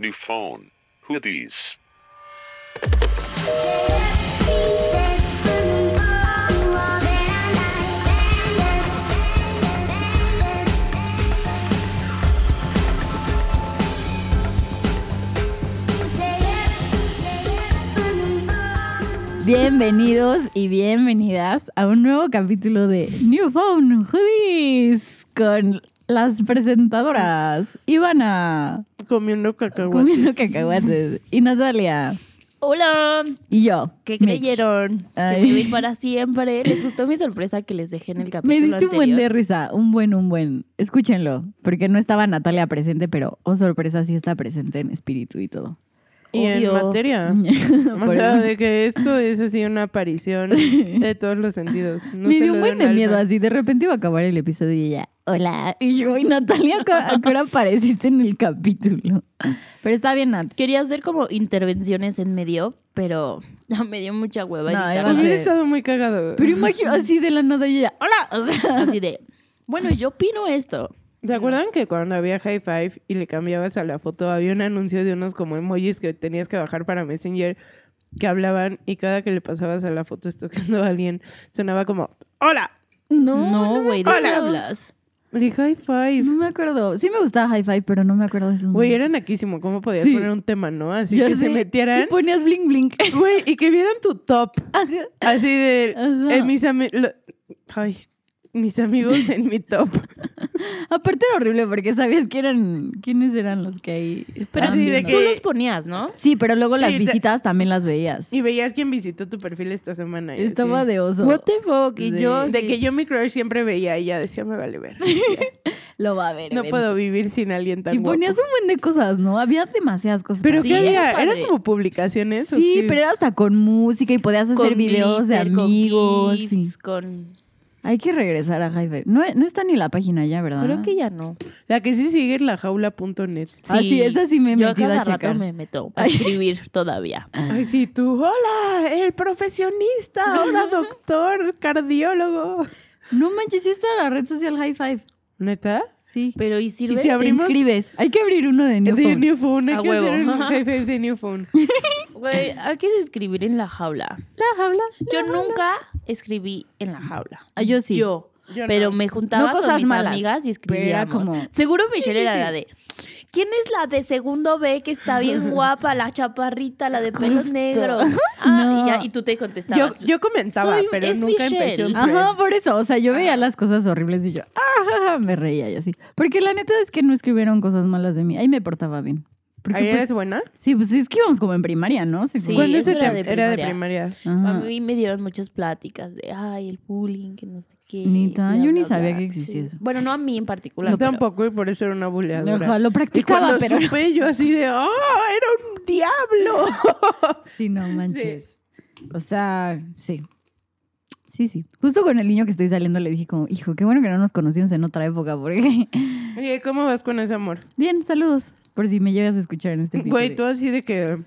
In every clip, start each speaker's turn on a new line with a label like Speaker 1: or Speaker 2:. Speaker 1: New phone. Who these?
Speaker 2: Bienvenidos y bienvenidas a un nuevo capítulo de New Phone Hoodies con las presentadoras Ivana
Speaker 3: Comiendo cacahuates.
Speaker 2: comiendo cacahuates y Natalia
Speaker 4: Hola,
Speaker 2: y yo.
Speaker 4: ¿qué
Speaker 2: Mitch.
Speaker 4: creyeron?
Speaker 2: Ay.
Speaker 4: Que vivir para siempre. Les gustó mi sorpresa que les dejé en el capítulo
Speaker 2: Me diste un buen de
Speaker 4: anterior?
Speaker 2: risa, un buen, un buen. Escúchenlo, porque no estaba Natalia presente, pero oh sorpresa, sí está presente en espíritu y todo.
Speaker 3: Y en
Speaker 4: Obvio. Ah.
Speaker 3: materia.
Speaker 2: Por
Speaker 3: O sea,
Speaker 2: eso-
Speaker 3: de que esto es así una aparición de todos los sentidos. No
Speaker 2: me
Speaker 3: se
Speaker 2: dio un
Speaker 3: lo
Speaker 2: buen
Speaker 3: den
Speaker 2: de
Speaker 3: al
Speaker 2: miedo,
Speaker 3: fan.
Speaker 2: así de repente iba a acabar el episodio y ella, hola. Y yo, y Natalia, ¿a qué- ¿a qué hora apareciste en el capítulo? Pero está bien, Nat.
Speaker 4: Quería hacer como intervenciones en medio, pero me dio mucha hueva
Speaker 2: No, ibas
Speaker 4: editar.
Speaker 2: a- Sí.
Speaker 3: Hubiera Pues, estado muy cagado.
Speaker 2: Pero imagino así de la nada y ella, hola. O sea,
Speaker 4: Así de, bueno, yo opino esto.
Speaker 3: ¿Se acuerdan que cuando había High Five y le cambiabas a la foto, había un anuncio de unos como emojis que tenías que bajar para Messenger que hablaban y cada que le pasabas a la foto estoqueando a alguien, sonaba como ¡Hola!
Speaker 4: No, güey,
Speaker 2: me
Speaker 4: ¿de qué
Speaker 2: acuerdo.
Speaker 4: hablas?
Speaker 3: El High Five.
Speaker 2: No me acuerdo. Sí me gustaba High Five, pero no me acuerdo de esos
Speaker 3: Güey,
Speaker 2: nombres.
Speaker 3: era naquísimo. ¿Cómo podías
Speaker 2: Sí.
Speaker 3: poner un tema, no? Así
Speaker 2: Ya
Speaker 3: que se
Speaker 2: sé.
Speaker 3: metieran.
Speaker 2: Y ponías bling bling.
Speaker 3: Güey, y que vieran tu top. Así de.
Speaker 2: Ajá.
Speaker 3: eh, mis ami- lo- Ay, mis amigos en mi top.
Speaker 2: Aparte era horrible porque sabías que eran, quiénes eran los que ahí
Speaker 4: Pero
Speaker 2: estaban
Speaker 3: Así de
Speaker 2: viendo.
Speaker 4: tú
Speaker 3: que-
Speaker 4: los ponías, ¿no?
Speaker 2: Sí, pero luego las
Speaker 3: Sí, te-
Speaker 2: visitas también las veías.
Speaker 3: Y veías quién visitó tu perfil esta semana. y
Speaker 2: Estaba
Speaker 3: así.
Speaker 2: de oso.
Speaker 4: What the fuck, y
Speaker 2: Sí.
Speaker 4: yo...
Speaker 3: De
Speaker 4: sí,
Speaker 3: que yo mi crush siempre veía y ya decía, me vale ver.
Speaker 2: Lo va a ver.
Speaker 3: No
Speaker 2: ven.
Speaker 3: puedo vivir sin alguien tan
Speaker 2: Y
Speaker 3: guapo.
Speaker 2: ponías un buen de cosas, ¿no? Había demasiadas cosas. para
Speaker 3: Pero ¿qué
Speaker 4: Sí,
Speaker 2: hacer.
Speaker 4: era
Speaker 3: había? ¿Eran
Speaker 4: padre.
Speaker 3: como publicaciones? o
Speaker 2: Sí,
Speaker 3: qué?
Speaker 2: pero era hasta con música y podías hacer
Speaker 4: con
Speaker 2: videos de
Speaker 4: glitter, con
Speaker 2: amigos.
Speaker 4: gifs,
Speaker 2: sí.
Speaker 4: con...
Speaker 2: Hay que regresar a High Five. No, no está ni la página ya, ¿verdad?
Speaker 4: Creo que ya no.
Speaker 3: La que sí sigue es la jaula.net.
Speaker 2: Ah, sí, esa sí me he
Speaker 4: Yo
Speaker 2: metido a
Speaker 4: cada
Speaker 2: checar. Ah.
Speaker 4: rato me meto a escribir todavía.
Speaker 3: Ay, sí, tú, hola, el profesionista, ahora doctor, cardiólogo.
Speaker 2: No manches, sí está la red social High Five.
Speaker 3: ¿Neta?
Speaker 2: Sí.
Speaker 4: Pero ¿y sirve?
Speaker 3: si abrimos-
Speaker 2: Te inscribes. Hay que abrir uno de
Speaker 3: De
Speaker 2: New Phone.
Speaker 3: New Phone, hay
Speaker 4: A
Speaker 3: que hacer
Speaker 4: huevo.
Speaker 3: un high five de New Phone.
Speaker 4: Güey, hay que escribir en la jaula.
Speaker 2: La habla.
Speaker 4: Yo nunca escribí en la jaula.
Speaker 2: Ah, yo sí.
Speaker 4: Yo.
Speaker 3: Yo
Speaker 4: Pero
Speaker 3: no.
Speaker 4: me juntaba
Speaker 2: No cosas
Speaker 4: con mis
Speaker 2: malas,
Speaker 4: amigas y
Speaker 2: pero era
Speaker 4: escribíamos.
Speaker 2: como-
Speaker 4: Seguro Michelle
Speaker 3: sí,
Speaker 4: era
Speaker 3: sí.
Speaker 4: la de... ¿Quién es la de segundo B que está bien guapa? La chaparrita, la de pelos
Speaker 2: Justo.
Speaker 4: negros. Ah,
Speaker 2: No.
Speaker 4: y, ya, y tú te
Speaker 3: Yo,
Speaker 4: contestabas.
Speaker 3: yo comentaba,
Speaker 4: Soy-
Speaker 3: pero
Speaker 4: es
Speaker 3: nunca empecé
Speaker 4: Michelle.
Speaker 3: un thread.
Speaker 2: Ajá, por eso. O sea, yo veía las cosas horribles y yo, ah, me reía yo sí. Porque la neta es que no escribieron cosas malas de mí. Ahí me portaba bien. Porque,
Speaker 3: ¿Ahí
Speaker 2: pues,
Speaker 3: eres buena?
Speaker 2: Sí, pues es que íbamos como en primaria, ¿no? Sí.
Speaker 4: ¿Cuándo eso era de
Speaker 3: era de
Speaker 4: primaria.
Speaker 3: primaria.
Speaker 4: A mí me dieron muchas pláticas de, ay, el bullying, que no sé qué.
Speaker 2: Neta,
Speaker 4: bla,
Speaker 2: yo ni
Speaker 4: bla,
Speaker 2: sabía
Speaker 4: bla".
Speaker 2: que existía
Speaker 4: Sí.
Speaker 2: eso.
Speaker 4: Bueno, no a mí en particular.
Speaker 3: Yo
Speaker 4: pero-
Speaker 3: tampoco, y por eso era una buleadora.
Speaker 2: Ojalá lo
Speaker 3: Y
Speaker 2: practicaba,
Speaker 3: cuando
Speaker 2: pero
Speaker 3: supe, yo así de, ¡oh, era un diablo!
Speaker 2: sí, no manches. O sea, sí. Sí, sí. Justo con el niño que estoy saliendo le dije como, hijo, qué bueno que no nos conocimos en otra época, porque...
Speaker 3: Oye, ¿cómo vas con ese amor?
Speaker 2: Bien, saludos. Por si me llegas a escuchar en este episodio.
Speaker 3: Güey, tú así de que...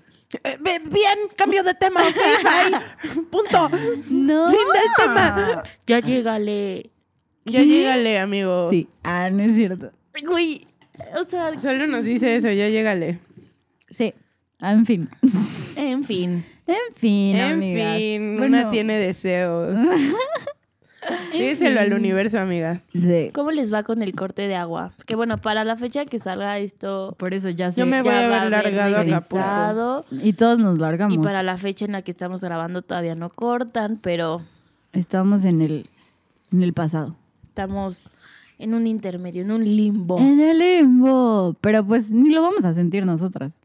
Speaker 3: "Eh, ve- Bien, cambio de tema, ok, bye. Punto.
Speaker 2: No.
Speaker 3: Linda el tema.
Speaker 4: Ya llegale.
Speaker 3: Ya
Speaker 2: ¿Qué?
Speaker 3: llégale, amigo.
Speaker 2: Sí. Ah, no es cierto.
Speaker 4: Güey, o sea,
Speaker 3: Solo nos dice eso, ya llégale.
Speaker 2: Sí. Ah, En fin.
Speaker 4: en fin.
Speaker 2: En fin,
Speaker 3: en
Speaker 2: amigas.
Speaker 3: fin,
Speaker 2: Bueno,
Speaker 3: una tiene deseos. Díselo al universo, amiga.
Speaker 2: de-
Speaker 4: Mm, ¿Cómo les va con el corte de agua? Que bueno, para la fecha que salga esto,
Speaker 2: Por eso ya sé.
Speaker 3: Yo me voy
Speaker 4: ya
Speaker 3: a
Speaker 4: va
Speaker 3: haber largado a Acapulco.
Speaker 4: regresado,
Speaker 2: Y todos nos largamos.
Speaker 4: Y para la fecha en la que estamos grabando todavía no cortan, pero
Speaker 2: Estamos en el, en el pasado.
Speaker 4: estamos en un intermedio, en un
Speaker 3: Oh.
Speaker 4: limbo,
Speaker 2: En el limbo. Pero pues ni lo vamos a sentir nosotras.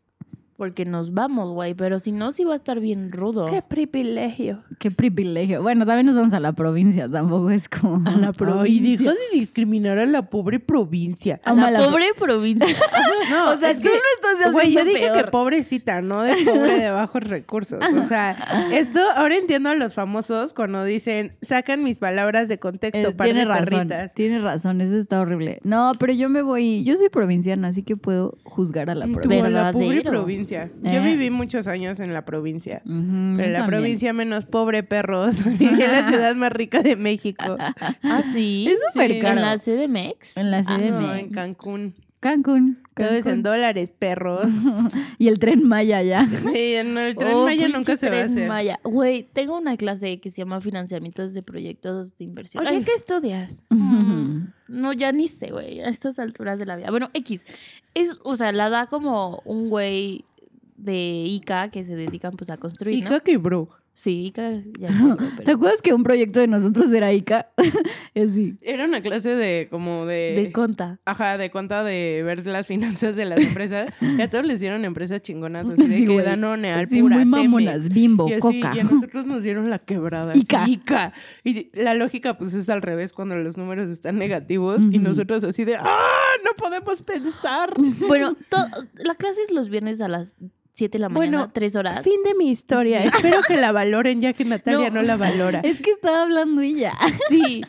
Speaker 4: porque nos vamos, güey. Pero si no, sí va a estar bien rudo.
Speaker 3: Qué privilegio.
Speaker 2: Qué privilegio. Bueno, también nos vamos a la provincia. Tampoco es como.
Speaker 3: Ah, Ay, dijo de discriminar a la pobre provincia.
Speaker 4: A
Speaker 2: Ama
Speaker 4: la,
Speaker 2: la-
Speaker 4: pobre provincia.
Speaker 3: No,
Speaker 2: O sea,
Speaker 3: es
Speaker 2: tú
Speaker 3: que,
Speaker 2: lo estás haciendo
Speaker 3: güey, yo dije
Speaker 2: peor.
Speaker 3: que pobrecita, no de pobre de bajos recursos. O sea, esto ahora entiendo a los famosos cuando dicen, sacan mis palabras de contexto
Speaker 2: Eh,
Speaker 3: para
Speaker 2: tiene
Speaker 3: de
Speaker 2: razón,
Speaker 3: perritas.
Speaker 2: tiene razón, eso está horrible. No, pero yo me voy, yo soy provinciana, así que puedo juzgar a la
Speaker 3: Tú,
Speaker 2: provincia.
Speaker 3: a la pobre
Speaker 4: Verdadero.
Speaker 3: provincia. Yo
Speaker 2: Eh.
Speaker 3: viví muchos años en la provincia.
Speaker 2: Ujú,
Speaker 3: Pero
Speaker 2: yo
Speaker 3: la
Speaker 2: también.
Speaker 3: provincia menos pobre, perros. Viví en la ciudad más rica de México.
Speaker 4: ah, sí.
Speaker 2: Es súper
Speaker 4: Sí.
Speaker 2: caro.
Speaker 4: ¿En la CDMX?
Speaker 2: En la CDMX.
Speaker 3: No, en Cancún.
Speaker 2: Cancún.
Speaker 3: Todo es
Speaker 2: Cancún.
Speaker 3: en dólares, perros.
Speaker 2: y el tren Maya ya.
Speaker 3: Sí, en el tren
Speaker 4: Oh,
Speaker 3: Maya
Speaker 4: pinche
Speaker 3: nunca se va a
Speaker 4: Tren
Speaker 3: hacer.
Speaker 4: Maya. Güey, tengo una clase que se llama Financiamientos de Proyectos de Inversión.
Speaker 3: Oye,
Speaker 4: Ay,
Speaker 3: ¿qué estudias?
Speaker 4: Mm, No, ya ni sé, güey, a estas alturas de la vida. Bueno, X. Es, o sea, la da como un güey de ICA que se dedican pues a construir,
Speaker 3: Y
Speaker 4: ¿no?
Speaker 3: creo que bro.
Speaker 4: Sí, ICA ya. no, güey,
Speaker 2: ¿Te
Speaker 4: pero-
Speaker 2: acuerdas que un proyecto de nosotros era ICA? Es así.
Speaker 3: Era una clase de como de...
Speaker 4: De conta.
Speaker 3: Ajá, de cuenta de ver las finanzas de las empresas. Y a todos les dieron empresas chingonas, así
Speaker 2: Sí,
Speaker 3: de que
Speaker 2: güey.
Speaker 3: Danone,
Speaker 2: Sí,
Speaker 3: Alpura,
Speaker 2: muy
Speaker 3: Cemex.
Speaker 2: mamonas, bimbo,
Speaker 3: Y así,
Speaker 2: coca.
Speaker 3: y a nosotros nos dieron la quebrada.
Speaker 2: Ica.
Speaker 3: así, Ica. Y la lógica, pues, es al revés cuando los números están negativos. Y
Speaker 2: Ujú.
Speaker 3: nosotros así de, ¡ah! No podemos pensar.
Speaker 4: Bueno, to- la clase es los viernes a las 7 de la mañana,
Speaker 3: Bueno,
Speaker 4: 3 horas.
Speaker 3: Fin de mi historia. Espero que la valoren, ya que Natalia no,
Speaker 4: No.
Speaker 3: la valora.
Speaker 2: Es que estaba hablando y ya.
Speaker 4: Sí.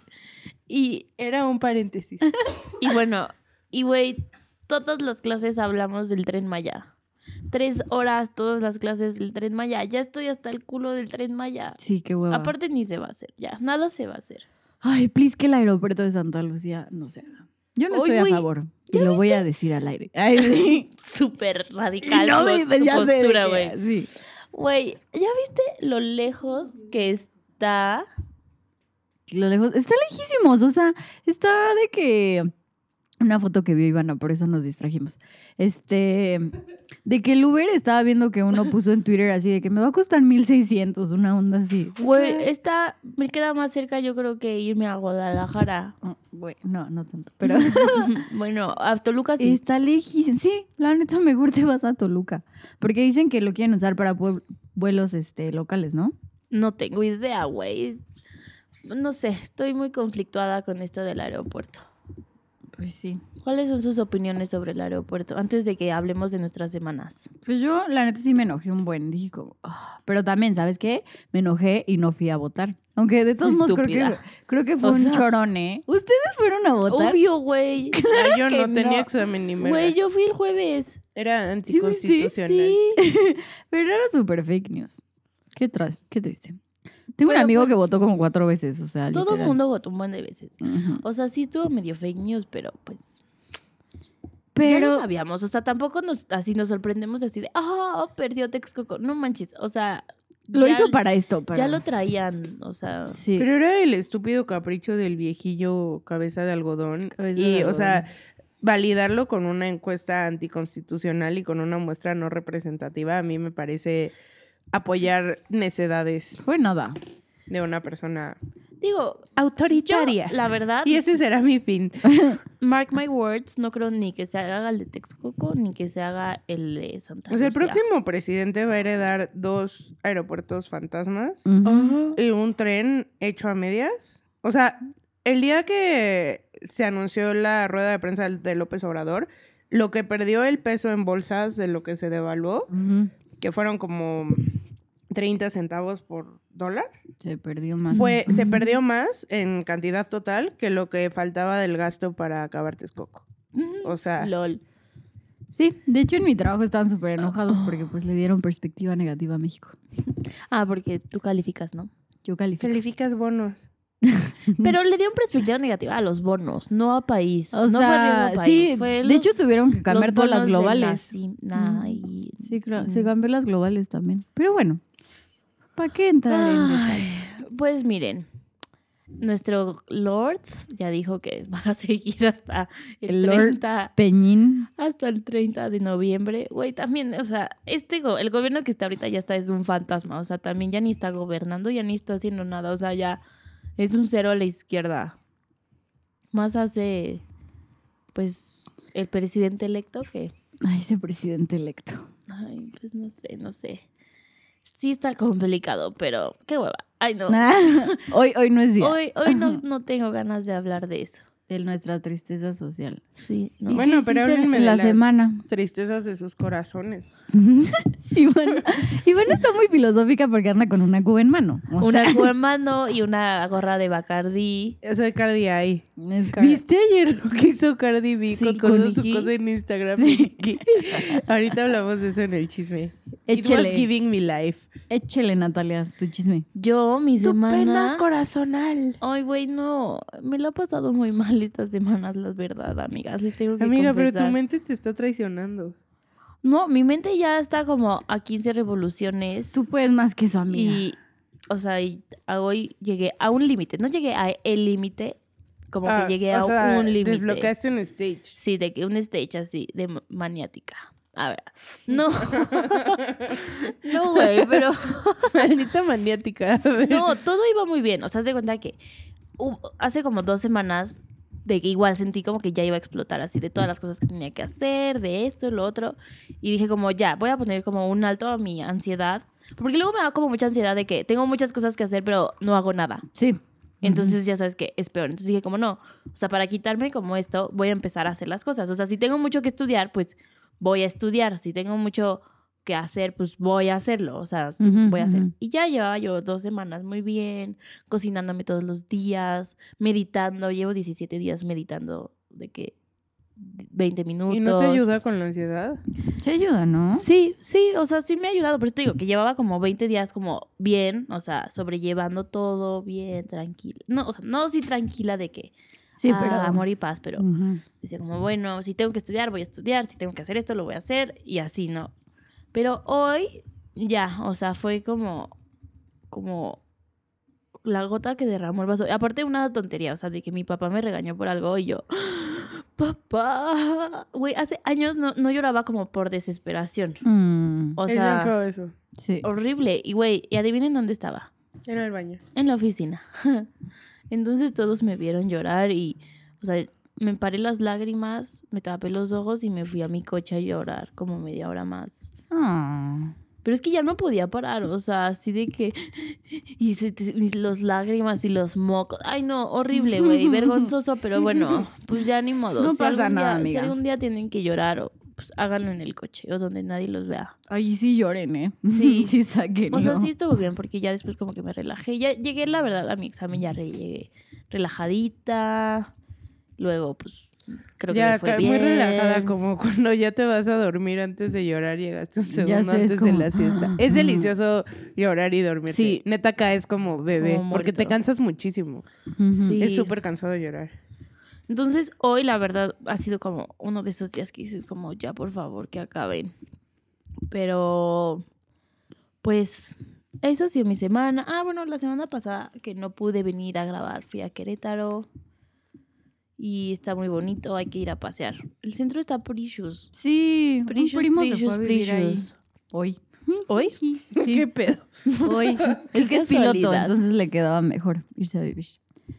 Speaker 4: Y,
Speaker 3: Era un paréntesis.
Speaker 4: y bueno, y güey, todas las clases hablamos del tren Maya. Tres horas, todas las clases del tren Maya. Ya estoy hasta el culo del tren Maya.
Speaker 2: Sí, qué hueva.
Speaker 4: Aparte ni se va a hacer, ya, nada se va a hacer.
Speaker 2: Ay, please que el aeropuerto de Santa Lucía no se haga. Yo no estoy
Speaker 4: Oye,
Speaker 2: a
Speaker 4: güey,
Speaker 2: favor. Y
Speaker 4: ¿ya
Speaker 2: lo voy a decir al aire. Ay, sí.
Speaker 4: Súper radical
Speaker 2: no me
Speaker 4: tu- tu postura, güey.
Speaker 2: Sí.
Speaker 4: Güey, ¿ya viste lo lejos que está?
Speaker 2: Lo lejos. Está lejísimos. O sea, está de que. Una foto que vio Ivana, por eso nos distrajimos. Este. De que el Uber estaba viendo que uno puso en Twitter así de que me va a costar 1600, una onda así.
Speaker 4: Güey, está, me queda más cerca yo creo que irme a Guadalajara.
Speaker 2: Oh, güey, no, no tanto. Pero.
Speaker 4: bueno, a Toluca sí.
Speaker 2: Está lejísimo. Sí, la neta mejor te vas a Toluca. Porque dicen que lo quieren usar para puebl- vuelos este, locales, ¿no?
Speaker 4: No tengo idea, güey. No sé, estoy muy conflictuada con esto del aeropuerto.
Speaker 2: Pues sí.
Speaker 4: ¿Cuáles son sus opiniones sobre el aeropuerto? Antes de que hablemos de nuestras semanas.
Speaker 2: Pues yo, la neta, sí me enojé un buen. Dije como, "Ah". pero también, ¿sabes qué? Me enojé y no fui a votar. Aunque de todos modos creo que,
Speaker 4: Estúpida.
Speaker 2: creo que fue
Speaker 4: O
Speaker 2: un
Speaker 4: sea-
Speaker 2: chorón, ¿eh? ¿Ustedes fueron a votar?
Speaker 4: Obvio, güey.
Speaker 3: Ah, yo
Speaker 2: que
Speaker 3: no tenía
Speaker 2: no.
Speaker 3: examen ni merda.
Speaker 4: Güey, yo fui el jueves.
Speaker 3: Era
Speaker 2: ¿Sí viste?
Speaker 3: anticonstitucional.
Speaker 4: Sí.
Speaker 2: pero era súper fake news. Qué, tras- qué triste. Tengo un
Speaker 4: Pero,
Speaker 2: amigo que
Speaker 4: pues,
Speaker 2: votó como cuatro veces, o sea,
Speaker 4: Todo el
Speaker 2: Ah, literal.
Speaker 4: mundo votó un buen de veces.
Speaker 2: Ujú.
Speaker 4: O sea, sí estuvo medio fake news, pero pues. Pero.
Speaker 2: Pero,
Speaker 4: sabíamos. O sea, tampoco nos, así nos sorprendemos así de. ¡Ah! perdió Texcoco. No manches. O sea.
Speaker 2: lo
Speaker 4: ya-
Speaker 2: hizo para esto. Para...
Speaker 4: Ya lo traían. O sea.
Speaker 2: Sí.
Speaker 3: Pero era el estúpido capricho del viejillo cabeza de algodón.
Speaker 2: Cabeza
Speaker 3: y,
Speaker 2: de
Speaker 3: o sea, validarlo con una encuesta anticonstitucional y con una muestra no representativa, a mí me parece apoyar necedades
Speaker 2: Fue nada.
Speaker 3: de una persona
Speaker 4: Digo. Yo,
Speaker 3: autoritaria.
Speaker 4: la verdad,
Speaker 3: Y ese será mi fin.
Speaker 4: mark my words, no creo ni que se haga el de Texcoco ni que se haga el de Santa
Speaker 3: O sea, el
Speaker 4: Lucía.
Speaker 3: próximo presidente va a heredar dos aeropuertos fantasmas.
Speaker 2: Ujú.
Speaker 3: y un tren hecho a medias. O sea, el día que se anunció la rueda de prensa de López Obrador, lo que perdió el peso en bolsas de lo que se devaluó,
Speaker 2: Ujú.
Speaker 3: que fueron como 30 centavos por dólar,
Speaker 2: Se perdió más.
Speaker 3: fue, se perdió más en cantidad total que lo que faltaba del gasto para acabar Texcoco.
Speaker 4: Ujú.
Speaker 3: O sea,
Speaker 4: LOL.
Speaker 2: Sí, de hecho en mi trabajo estaban súper enojados porque pues le dieron perspectiva negativa a México.
Speaker 4: Ah, porque tú calificas, ¿no?
Speaker 2: Yo califico.
Speaker 3: calificas bonos.
Speaker 4: Pero le dieron perspectiva negativa a los bonos, no a país.
Speaker 2: o
Speaker 4: no
Speaker 2: sea,
Speaker 4: fue país,
Speaker 2: sí,
Speaker 4: fue
Speaker 2: de
Speaker 4: los-
Speaker 2: hecho tuvieron que cambiar
Speaker 4: los
Speaker 2: todas las
Speaker 4: bonos de
Speaker 2: globales.
Speaker 4: Nacim- Nay-
Speaker 2: Sí, claro,
Speaker 4: Mm.
Speaker 2: se cambió las globales también. Pero bueno, ¿para qué entrar en detalle?
Speaker 4: Ay, Pues miren, nuestro Lord ya dijo que va a seguir hasta el,
Speaker 2: El Lord
Speaker 4: 30,
Speaker 2: Peñín.
Speaker 4: hasta el 30 de noviembre. Güey, también, o sea, este go- el gobierno que está ahorita ya está es un fantasma, o sea, también ya ni está gobernando, ya ni está haciendo nada, o sea, ya es un cero a la izquierda. Más hace pues el presidente electo que
Speaker 2: Ay, ese presidente electo.
Speaker 4: ay, pues no sé, no sé. Sí está complicado, pero qué hueva. Ay, no.
Speaker 2: hoy, hoy no es día.
Speaker 4: Hoy, hoy no, no tengo ganas de hablar de eso.
Speaker 2: De nuestra tristeza social.
Speaker 4: Sí, no.
Speaker 2: ¿Y
Speaker 3: Bueno,
Speaker 2: qué
Speaker 3: pero
Speaker 2: hiciste
Speaker 3: háblenme de
Speaker 2: la
Speaker 3: las-
Speaker 2: semana.
Speaker 3: Tristezas de sus corazones.
Speaker 2: Iván, Iván está muy filosófica porque anda con una cuba en mano. O
Speaker 4: una
Speaker 2: sea,
Speaker 4: cuba en mano y una gorra de Bacardí.
Speaker 3: Eso de Cardi ahí.
Speaker 2: es cara-
Speaker 3: ¿Viste ayer lo que hizo Cardi B
Speaker 4: Sí,
Speaker 3: con,
Speaker 4: con
Speaker 3: toda su
Speaker 4: Nicki.
Speaker 3: cosa en Instagram?
Speaker 2: Sí.
Speaker 3: Nicki? Ahorita hablamos de eso en el chisme. It was
Speaker 2: Échele,
Speaker 3: giving me life.
Speaker 2: échele, Natalia, tu chisme.
Speaker 4: Yo, mi
Speaker 3: Tu
Speaker 4: semana.
Speaker 3: pena corazonal.
Speaker 4: Ay, güey, no. Me lo ha pasado muy mal estas semanas, la verdad, amigas. Les tengo que
Speaker 3: Amiga, pero tu
Speaker 4: confesar.
Speaker 3: mente te está traicionando.
Speaker 4: No, mi mente ya está como a 15 revoluciones.
Speaker 2: Tú puedes más que su amiga.
Speaker 4: Y, o sea, y a hoy llegué a un límite. No llegué a el límite, como
Speaker 3: Ah,
Speaker 4: que llegué
Speaker 3: o
Speaker 4: a
Speaker 3: sea,
Speaker 4: un límite.
Speaker 3: Desbloqueaste un stage.
Speaker 4: Sí, de que un stage así, de ma- maniática. A ver, no, no, güey, pero
Speaker 3: Maldita maniática. a ver.
Speaker 4: no, todo iba muy bien. O sea, haz de cuenta que hubo- hace como dos semanas de que igual sentí como que ya iba a explotar así de todas las cosas que tenía que hacer, de esto, lo otro. Y dije como ya, voy a poner como un alto a mi ansiedad. Porque luego me da como mucha ansiedad de que tengo muchas cosas que hacer, pero no hago nada.
Speaker 2: Sí.
Speaker 4: Entonces ya sabes que es peor. Entonces dije, como no, o sea, para quitarme como esto, voy a empezar a hacer las cosas. O sea, si tengo mucho que estudiar, pues voy a estudiar. Si tengo mucho que hacer, pues voy a hacerlo. O sea, sí,
Speaker 2: Ujú,
Speaker 4: voy a hacer.
Speaker 2: ujú.
Speaker 4: Y ya llevaba yo dos semanas muy bien, cocinándome todos los días, meditando. Llevo 17 días meditando de que 20 minutos.
Speaker 3: ¿Y no te ayuda con la ansiedad?
Speaker 2: Se ayuda, ¿no?
Speaker 4: Sí, sí, o sea, sí me ha ayudado, pero te digo que llevaba como 20 días como bien, o sea, sobrellevando todo bien, tranquila. No, o sea, no sí tranquila de que
Speaker 2: Sí,
Speaker 4: ah,
Speaker 2: pero... mm.
Speaker 4: amor y paz, pero
Speaker 2: Ujú.
Speaker 4: decía como, bueno, si tengo que estudiar, voy a estudiar, si tengo que hacer esto, lo voy a hacer y así, ¿no? Pero hoy ya, o sea, fue como como la gota que derramó el vaso. Aparte una tontería, o sea, de que mi papá me regañó por algo y yo, "¡Ah, papá, güey, hace años no, no lloraba como por desesperación.
Speaker 2: Mm,
Speaker 4: O
Speaker 3: es bien
Speaker 4: sea,
Speaker 3: feo eso.
Speaker 2: sí.
Speaker 4: horrible. Y güey, y adivinen dónde estaba.
Speaker 3: En el baño.
Speaker 4: En la oficina. Entonces todos me vieron llorar y, o sea, me paré las lágrimas, me tapé los ojos y me fui a mi coche a llorar como media hora más.
Speaker 2: Ah.
Speaker 4: Pero es que ya no podía parar, o sea, así de que... Y se te- mis- los lágrimas y los mocos. Ay, no, horrible, güey, vergonzoso, pero bueno, pues ya ni modo.
Speaker 2: No pasa
Speaker 4: algún
Speaker 2: nada,
Speaker 4: día-
Speaker 2: amiga.
Speaker 4: Si algún día tienen que llorar, o, pues háganlo en el coche o donde nadie los vea.
Speaker 2: Ahí sí lloren, ¿eh?
Speaker 4: Sí.
Speaker 2: sí saquen.
Speaker 4: O sea, sí estuvo bien porque ya después como que me relajé. Ya llegué, la verdad, a mi examen ya re- llegué relajadita. Luego, pues, creo que
Speaker 3: ya,
Speaker 4: me fue
Speaker 3: ca-
Speaker 4: bien.
Speaker 3: muy relajada, como cuando ya te vas a dormir antes de llorar, llegaste un
Speaker 2: Ya
Speaker 3: segundo
Speaker 2: sé, es
Speaker 3: antes
Speaker 2: como,
Speaker 3: de la siesta.
Speaker 2: ah,
Speaker 3: Es
Speaker 2: ah.
Speaker 3: delicioso llorar y dormir.
Speaker 4: Sí.
Speaker 3: Neta, acá es como bebé,
Speaker 4: Como
Speaker 3: porque te
Speaker 4: muerto.
Speaker 3: cansas muchísimo.
Speaker 4: Sí.
Speaker 3: Es súper cansado llorar.
Speaker 4: Entonces, hoy, la verdad, ha sido como uno de esos días que dices como, ya, por favor, que acaben. Pero, pues, eso ha sido mi semana. Ah, bueno, la semana pasada que no pude venir a grabar, fui a Querétaro. Y está muy bonito, hay que ir a pasear. El centro está precious.
Speaker 2: Sí, un
Speaker 4: Precious,
Speaker 2: primo se fue
Speaker 4: precious,
Speaker 2: a vivir ahí.
Speaker 4: precious.
Speaker 2: Hoy.
Speaker 4: ¿Hoy?
Speaker 2: Sí,
Speaker 3: ¿Qué pedo?
Speaker 2: hoy. Es que es piloto,
Speaker 4: casualidad.
Speaker 2: entonces le quedaba mejor irse a vivir.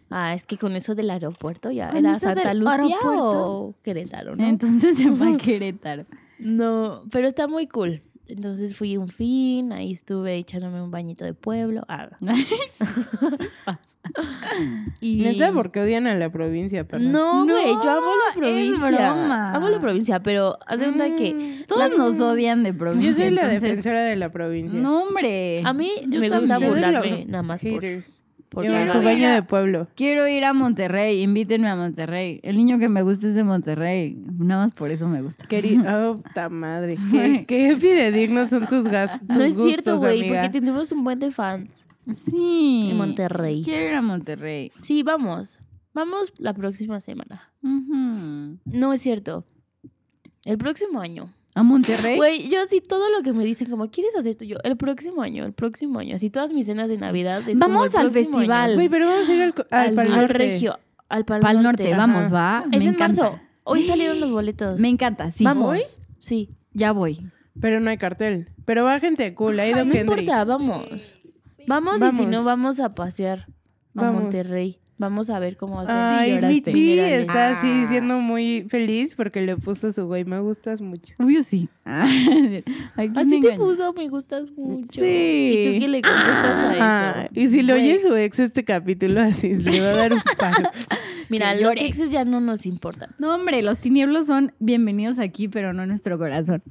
Speaker 4: Ah, es que con eso del aeropuerto ya
Speaker 2: Con
Speaker 4: era
Speaker 2: eso
Speaker 4: Santa
Speaker 2: del
Speaker 4: Lucía
Speaker 2: aeropuerto.
Speaker 4: o Querétaro, ¿no?
Speaker 2: Entonces se va a Querétaro.
Speaker 4: no, pero está muy cool. Entonces fui un fin, ahí estuve echándome un bañito de pueblo. Ah, y...
Speaker 3: Neta, porque odian a la provincia, perra.
Speaker 4: No,
Speaker 2: No,
Speaker 4: güey, yo amo la
Speaker 2: es
Speaker 4: provincia.
Speaker 2: broma.
Speaker 4: Amo la provincia, pero haz de cuenta que
Speaker 3: Mm,
Speaker 2: Todos
Speaker 3: la-
Speaker 2: nos odian de provincia.
Speaker 3: Yo soy la
Speaker 2: entonces-
Speaker 3: defensora de la provincia.
Speaker 2: No, hombre.
Speaker 4: a mí
Speaker 2: Yo
Speaker 4: me gusta
Speaker 2: también.
Speaker 3: Yo de
Speaker 4: burlarme
Speaker 3: los
Speaker 4: nada más por,
Speaker 3: haters.
Speaker 4: por
Speaker 2: Yo
Speaker 4: la
Speaker 2: no
Speaker 3: tu
Speaker 4: edad.
Speaker 2: voy a-
Speaker 3: baño de pueblo.
Speaker 2: Quiero ir a Monterrey, invítenme a Monterrey. El niño que me gusta es de Monterrey. Nada más por eso me gusta.
Speaker 3: Querida, oh, ta madre. Qué, qué fidedignos son tus gastos.
Speaker 4: No es cierto, güey, porque tenemos un buen de fans.
Speaker 2: Sí.
Speaker 4: En Monterrey.
Speaker 2: Quiero ir a Monterrey.
Speaker 4: Sí, vamos. Vamos la próxima semana.
Speaker 2: Ujú.
Speaker 4: No es cierto. El próximo año.
Speaker 2: ¿A Monterrey?
Speaker 4: Güey, yo sí todo lo que me dicen, como, ¿quieres hacer esto? Yo, el próximo año, el próximo año. Así todas mis cenas de Navidad. es como,
Speaker 2: Vamos
Speaker 4: "El
Speaker 2: al
Speaker 4: próximo año".
Speaker 2: festival.
Speaker 3: Güey, pero vamos a ir al, co- al,
Speaker 4: Al,
Speaker 3: Pal
Speaker 4: al
Speaker 3: Norte.
Speaker 4: regio. Al Pal,
Speaker 2: Pal
Speaker 4: Norte.
Speaker 2: Norte, vamos, va.
Speaker 4: Es
Speaker 2: Me
Speaker 4: en
Speaker 2: encanta.
Speaker 4: marzo. Hoy salieron los boletos.
Speaker 2: Me encanta, sí.
Speaker 4: Vamos.
Speaker 2: Voy,
Speaker 4: Sí.
Speaker 2: Ya voy.
Speaker 3: Pero no hay cartel. Pero va gente cool, ha ido
Speaker 4: no
Speaker 3: Kendrick.
Speaker 4: importa, vamos. Vamos, y
Speaker 3: Vamos.
Speaker 4: si no, vamos a pasear a
Speaker 3: Vamos.
Speaker 4: Monterrey. Vamos a ver cómo hacen.
Speaker 2: sí
Speaker 3: Ay,
Speaker 2: lloraste.
Speaker 3: Michi
Speaker 2: Funerales.
Speaker 3: está así
Speaker 2: Ah.
Speaker 3: siendo muy feliz porque le puso su güey, me gustas mucho.
Speaker 2: Obvio sí. Aquí
Speaker 4: Así te puso, me gustas mucho.
Speaker 3: Sí.
Speaker 4: ¿Y tú qué le contestas a
Speaker 3: Ah,
Speaker 4: eso?
Speaker 3: y si lo
Speaker 4: Güey,
Speaker 3: oye su ex este capítulo así, le va a dar un palo.
Speaker 4: Mira,
Speaker 2: que
Speaker 4: los
Speaker 2: llore.
Speaker 4: exes ya no nos importan.
Speaker 2: No, hombre, los tinieblos son bienvenidos aquí, pero no en nuestro corazón.